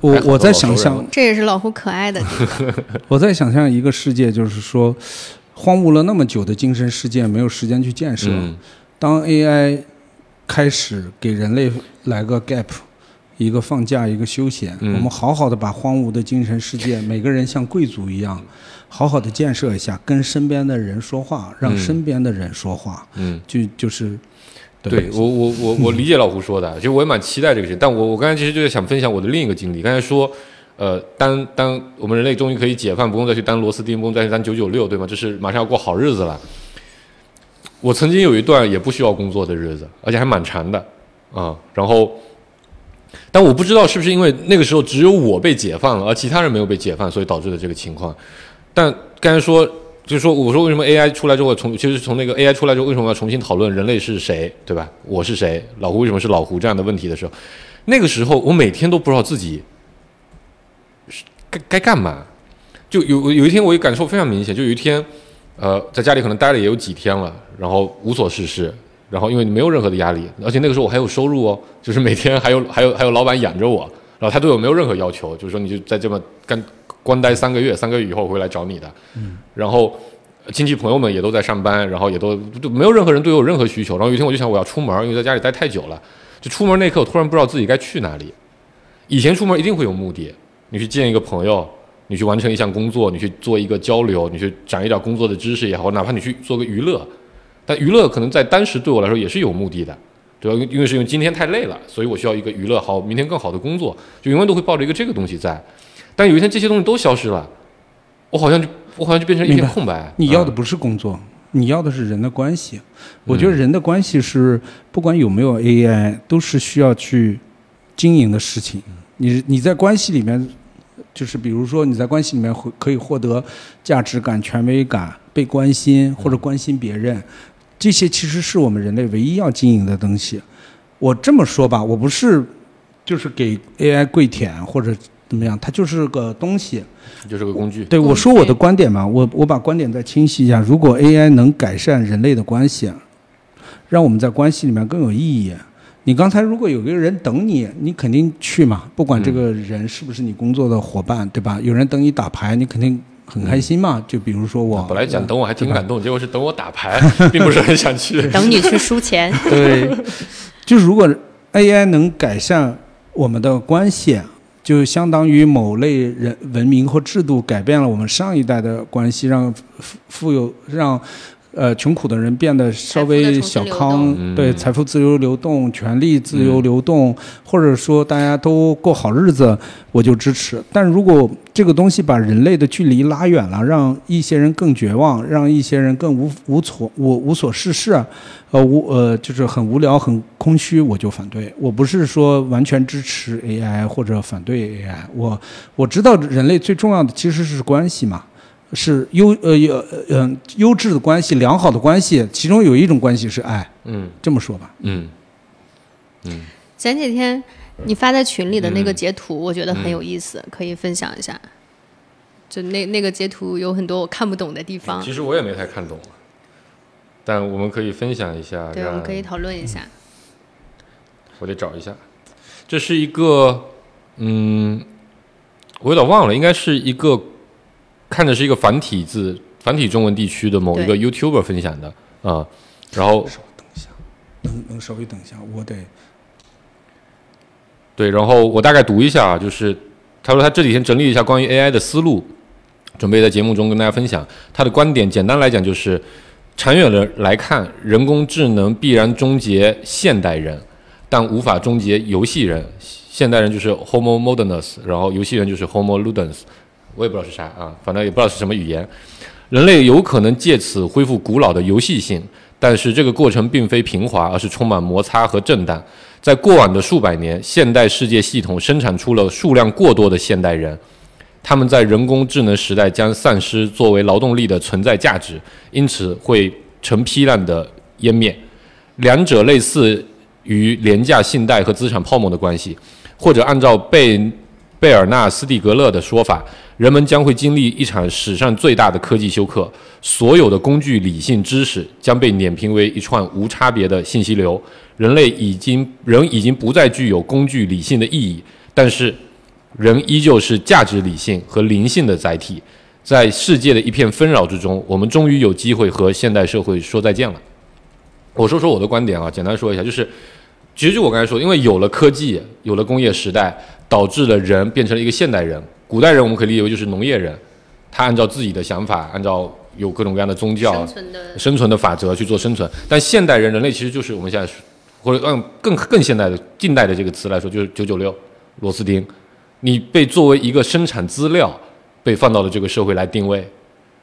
S4: 我
S3: 还好
S4: 我在
S3: 老熟
S4: 想
S3: 人
S4: 象
S3: 了，
S5: 这也是老胡可 爱的地方。
S4: 我在想象一个世界，就是说，荒芜了那么久的精神世界，没有时间去建设。
S3: 嗯
S4: 当 AI 开始给人类来个 gap，一个放假，一个休闲，
S3: 嗯
S4: 我们好好的把荒芜的精神世界，每个人像贵族一样，好好的建设一下，跟身边的人说话，让
S3: 嗯
S4: 身边的人说话，
S3: 嗯，
S4: 就就是，
S3: 对我我我我理解老胡说的，其实我也蛮期待这个事情。但我我刚才其实就是想分享我的另一个经历。刚才说，呃，当当我们人类终于可以解放，不用再去当螺丝钉，不用再去当九九六，对吗？这是马上要过好日子了。我曾经有一段也不需要工作的日子，而且还蛮长的啊、然后，但我不知道是不是因为那个时候只有我被解放了，而其他人没有被解放，所以导致的这个情况。但刚才说，就是说，我说为什么 AI 出来之后从，其实从那个 AI 出来之后，为什么要重新讨论人类是谁，对吧？我是谁？老胡为什么是老胡这样的问题的时候，那个时候我每天都不知道自己是该该干嘛。就有有一天，我也感受非常明显，就有一天，呃，在家里可能待了也有几天了，然后无所事事，然后因为没有任何的压力，而且那个时候我还有收入哦，就是每天还有 还有还有老板养着我，然后他对我没有任何要求，就是说你就在这么干关待三个月，三个月以后回来找你的，然后呃亲戚朋友们也都在上班，然后也都就没有任何人对我有任何需求。然后有一天我就想我要出门，因为在家里待太久了，就出门那一刻我突然不知道自己该去哪里。以前出门一定会有目的，你去见一个朋友，你去完成一项工作，你去做一个交流，你去长一点工作的知识也好，哪怕你去做个娱乐，但娱乐可能在当时对我来说也是有目的的。对吧？因为因为是因为今天太累了，所以我需要一个娱乐好，明天更好的工作，就永远都会抱着一个这个东西在。但有一天这些东西都消失了，我好像就我好像就变成一
S4: 明
S3: 片
S4: 白
S3: 空白。
S4: 你要的
S3: 嗯
S4: 不是工作，你要的是人的关系。我觉得人的关系是不管有没有 AI，都是需要去经营的事情。你你在关系里面，就是比如说你在关系里面会可以获得价值感、权威感、被关心或者关心别人，这些其实是我们人类唯一要经营的东西。我这么说吧，我不是就是给 AI 跪舔或者怎么样，它就是个东西。
S3: 就是个工具。
S4: 对，我
S5: 工
S4: 说我
S5: 具
S4: 的观点嘛，我我把观点再清晰一下。如果 AI 能改善人类的关系，让我们在关系里面更有意义。你刚才如果有个人等你，你肯定去嘛，不管这个人是不是你工作的伙伴，对吧？有人等你打牌，你肯定很开心嘛。就比如说我，
S3: 啊本来讲等我 还挺感动，结果是等我打牌，并不是很想去。
S5: 等你去输钱，
S4: 对，就是如果 AI 能改善我们的关系，啊就相当于某类人文明或制度改变了我们上一代的关系，让富富有让。呃，穷苦的人变得稍微
S5: 财富
S4: 小
S5: 的重
S4: 康，
S3: 流动
S4: 对
S3: 嗯
S4: 财富自由流动、权力自由流动，或者说大家都过好日子，我就支持。但如果这个东西把人类的距离拉远了，让一些人更绝望，让一些人更无无从我无所事事，呃无呃就是很无聊很空虚，我就反对。我不是说完全支持 AI 或者反对 AI，我我知道人类最重要的其实是关系嘛，是优呃优呃嗯优质的关系、良好的关系，其中有一种关系是爱，
S3: 嗯
S4: 这么说吧，
S3: 嗯，
S5: 前几天你发在群里的
S3: 嗯
S5: 那个截图，我觉得很有意思，可以分享一下。就那那个截图有很多我看不懂的地方，
S3: 其实我也没太看懂，啊但我们可以分享一下。
S5: 对，我们可以
S3: 让
S5: 讨论一下。
S3: 我得找一下，这是一个，嗯，我有点忘了，应该是一个看着是一个繁体字繁体中文地区的某一个 YouTuber 分享的啊、然后
S4: 能能稍微等一下，我得
S3: 对，然后我大概读一下啊，就是他说他这几天整理一下关于 AI 的思路，准备在节目中跟大家分享他的观点。简单来讲就是，长远的来看，人工智能必然终结现代人，但无法终结游戏人。现代人就是 Homo modernus，然后游戏人就是 Homo ludens，我也不知道是啥啊，反正也不知道是什么语言。人类有可能借此恢复古老的游戏性，但是这个过程并非平滑，而是充满摩擦和震荡。在过往的数百年，现代世界系统生产出了数量过多的现代人，他们在人工智能时代将丧失作为劳动力的存在价值，因此会成批量的湮灭。两者类似于廉价信贷和资产泡沫的关系，或者按照贝贝尔纳斯蒂格勒的说法，人们将会经历一场史上最大的科技休克，所有的工具、理性、知识将被碾平为一串无差别的信息流。人类已经人已经不再具有工具、理性的意义，但是人依旧是价值理性和灵性的载体。在世界的一片纷扰之中，我们终于有机会和现代社会说再见了。我说说我的观点啊，简单说一下，就是其实就我刚才说的，因为有了科技，有了工业时代，导致了人变成了一个现代人。古代人我们可以理解为就是农业人，他按照自己的想法，按照有各种各样的宗教
S5: 生、存的
S3: 生存的法则去做生存。但现代人，人类其实就是我们现在说或者按更更现代的近代的这个词来说，就是九九六、螺丝钉，你被作为一个生产资料被放到了这个社会来定位。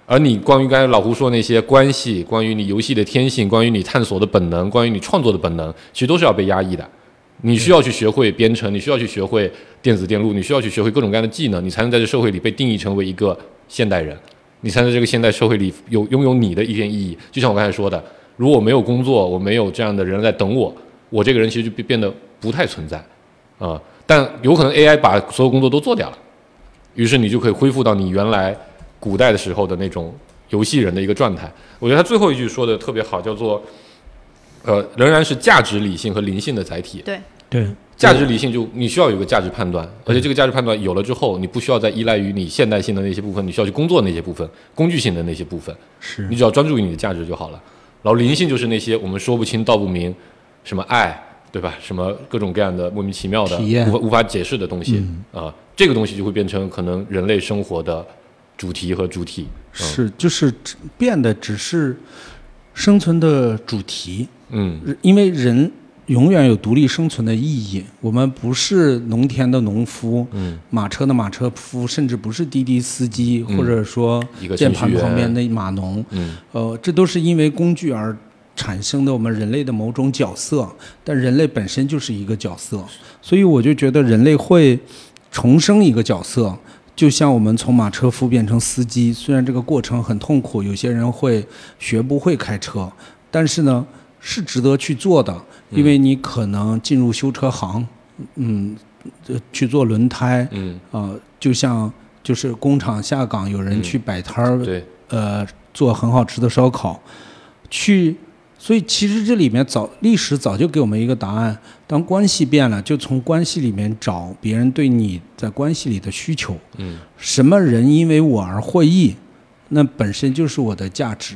S3: 而你关于刚才老胡说那些关系，关于你游戏的天性，关于你探索的本能，关于你创作的本能，其实都是要被压抑的。你需要去学会编程，你需要去学会电子电路，你需要去学会各种各样的技能，你才能在这社会里被定义成为一个现代人，你才能在这个现代社会里有拥有你的一片意义。就像我刚才说的，如果我没有工作，我没有这样的人在等我，我这个人其实就变得不太存在啊、但有可能 AI 把所有工作都做掉了，于是你就可以恢复到你原来古代的时候的那种游戏人的一个状态。我觉得他最后一句说的特别好，叫做呃，仍然是价值理性和灵性的载体。
S5: 对，
S4: 对，
S3: 价值理性就你需要有一个价值判断，而且这个价值判断有了之后，你不需要再依赖于你现代性的那些部分，你需要去工作那些部分、工具性的那些部分，
S4: 是
S3: 你只要专注于你的价值就好了。然后灵性就是那些我们说不清道不明，什么爱，对吧？什么各种各样的莫名其妙的、
S4: 体验嗯
S3: 无法无法解释的东西啊、这个东西就会变成可能人类生活的主题和主体。
S4: 是，就是只变的只是生存的主题，
S3: 嗯
S4: 因为人永远有独立生存的意义。我们不是农田的农夫，
S3: 嗯，
S4: 马车的马车夫，甚至不是滴滴司机，
S3: 嗯
S4: 或者说
S3: 一个
S4: 键
S3: 程序
S4: 盘
S3: 员
S4: 旁边的码农，
S3: 嗯
S4: 呃，这都是因为工具而产生的我们人类的某种角色，但人类本身就是一个角色，所以我就觉得人类会重生一个角色，就像我们从马车夫变成司机，虽然这个过程很痛苦，有些人会学不会开车，但是呢是值得去做的，因为你可能进入修车行，嗯，呃去做轮胎，
S3: 嗯，
S4: 呃，就像就是工厂下岗有人去摆摊儿、
S3: 对，
S4: 呃做很好吃的烧烤，去，所以其实这里面早历史早就给我们一个答案。当关系变了，就从关系里面找别人对你在关系里的需求。
S3: 嗯，
S4: 什么人因为我而获益，那本身就是我的价值。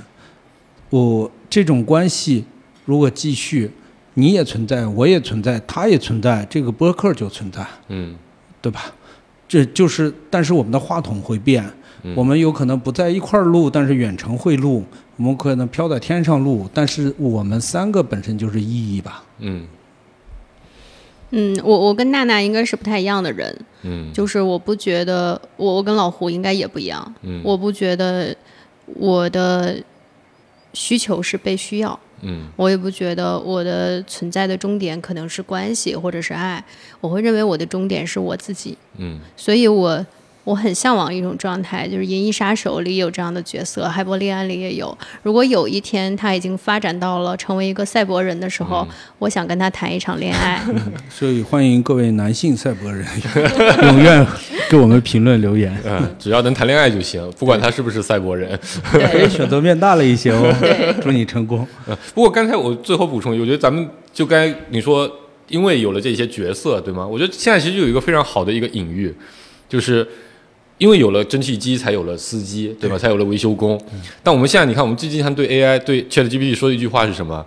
S4: 我这种关系如果继续，你也存在，我也存在，他也存在，这个播客就存在。
S3: 嗯
S4: 对吧？这就是，但是我们的话筒会变，
S3: 嗯
S4: 我们有可能不在一块儿录，但是远程会录，我们可能飘在天上录，但是我们三个本身就是意义吧。
S3: 嗯
S5: 嗯，我我跟娜娜应该是不太一样的人，
S3: 嗯
S5: 就是我不觉得我我跟老胡应该也不一样，
S3: 嗯
S5: 我不觉得我的需求是被需要，
S3: 嗯
S5: 我也不觉得我的存在的终点可能是关系或者是爱，我会认为我的终点是我自己，
S3: 嗯
S5: 所以我我很向往一种状态，就是《银翼杀手》里有这样的角色，《海伯利安》里也有。如果有一天他已经发展到了成为一个赛博人的时候，
S3: 嗯
S5: 我想跟他谈一场恋爱。
S4: 所以欢迎各位男性赛博人 踊跃给我们评论留言，
S3: 嗯，只要能谈恋爱就行，不管他是不是赛博人。
S4: 哎，选择变大了一些哦
S5: 对，
S4: 祝你 成功。
S3: 不过刚才我最后补充一句，我觉得咱们就该你说，因为有了这些角色，对吗？我觉得现在其实有一个非常好的一个隐喻，就是因为有了蒸汽机，才有了司机，对吧？才有了维修工。但我们现在你看，我们最经常对 AI 对 ChatGPT 说的一句话是什么？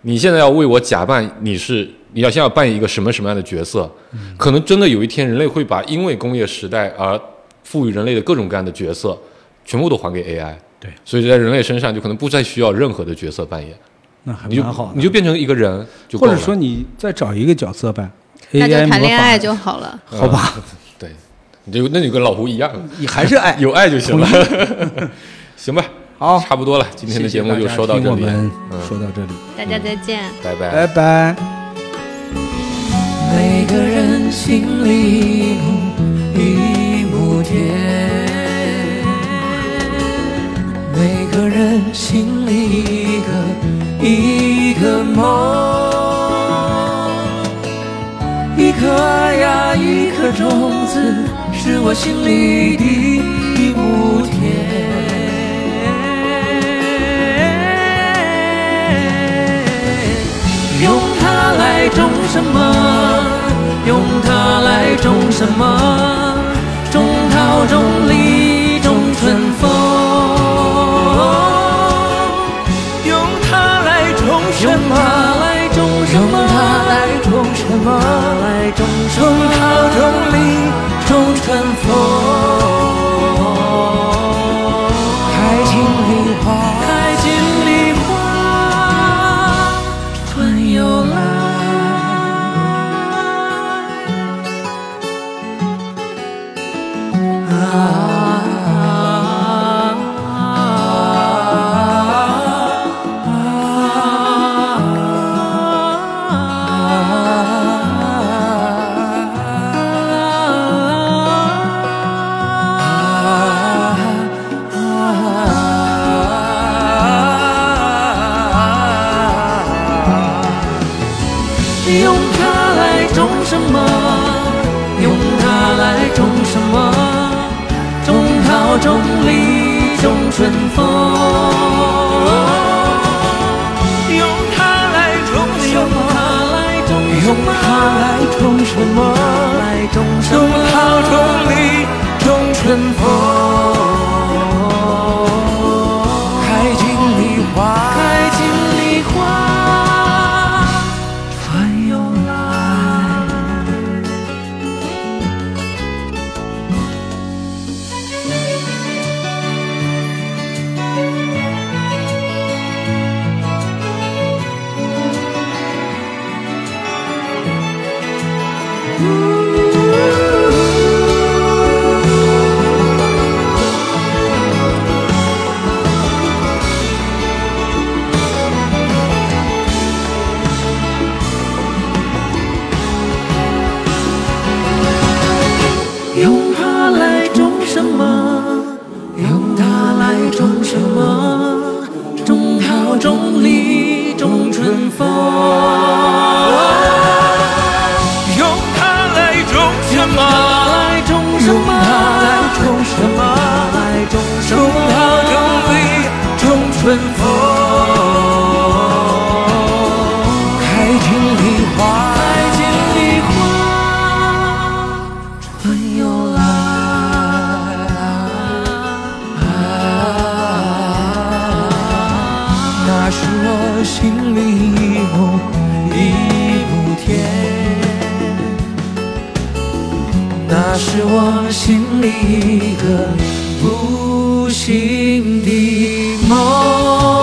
S3: 你现在要为我假扮你是，你要先要扮演一个什么什么样的角色？可能真的有一天，人类会把因为工业时代而赋予人类的各种各样的角色，全部都还给 AI。
S4: 对，
S3: 所以在人类身上就可能不再需要任何的角色扮演。
S4: 那还
S3: 你就
S4: 蛮好的，
S3: 你就变成一个人就够
S4: 或
S3: 了，
S4: 者说你再找一个角色呗，
S5: 那就
S4: AI
S5: 谈恋爱
S4: 模
S5: 就好了。
S4: 仿好吧，
S3: 嗯对，你就那你跟老胡一样，
S4: 你还是爱。
S3: 有爱就行了，行吧。
S4: 好，
S3: 差不多了，今天的节目就说到
S4: 谢谢
S3: 这
S4: 大家
S3: 里，
S4: 听我们
S3: 嗯
S4: 说到这里，
S5: 大家再见。
S3: 拜拜
S4: 拜拜。
S2: 每个人心里有一亩田，每个人心里一个一个梦，一颗呀一颗种子是我心里的一亩田。用它来种什么？用它来种什么？种桃，种李，种春风。用它来种什么？用它来种什么？用它来种什么？来种种桃，种李，种春风。开尽梨花，开尽梨花，春又来。啊用它来种什么？用它来种什么？种桃，种李，种春风。用它来种什么？用它来种什么？来种种桃，种李，种春风。开尽梨花，开尽梨花，春又来。用它来种什么？用它来种什么？种桃，种李，种春风。用它来种什么？来种什么？来种什么？来种什么？种桃，种李，种春风。开尽梨花，开尽梨花。春又来。那是我心里一亩一亩田，那是我心里一个不醒的梦。Oh.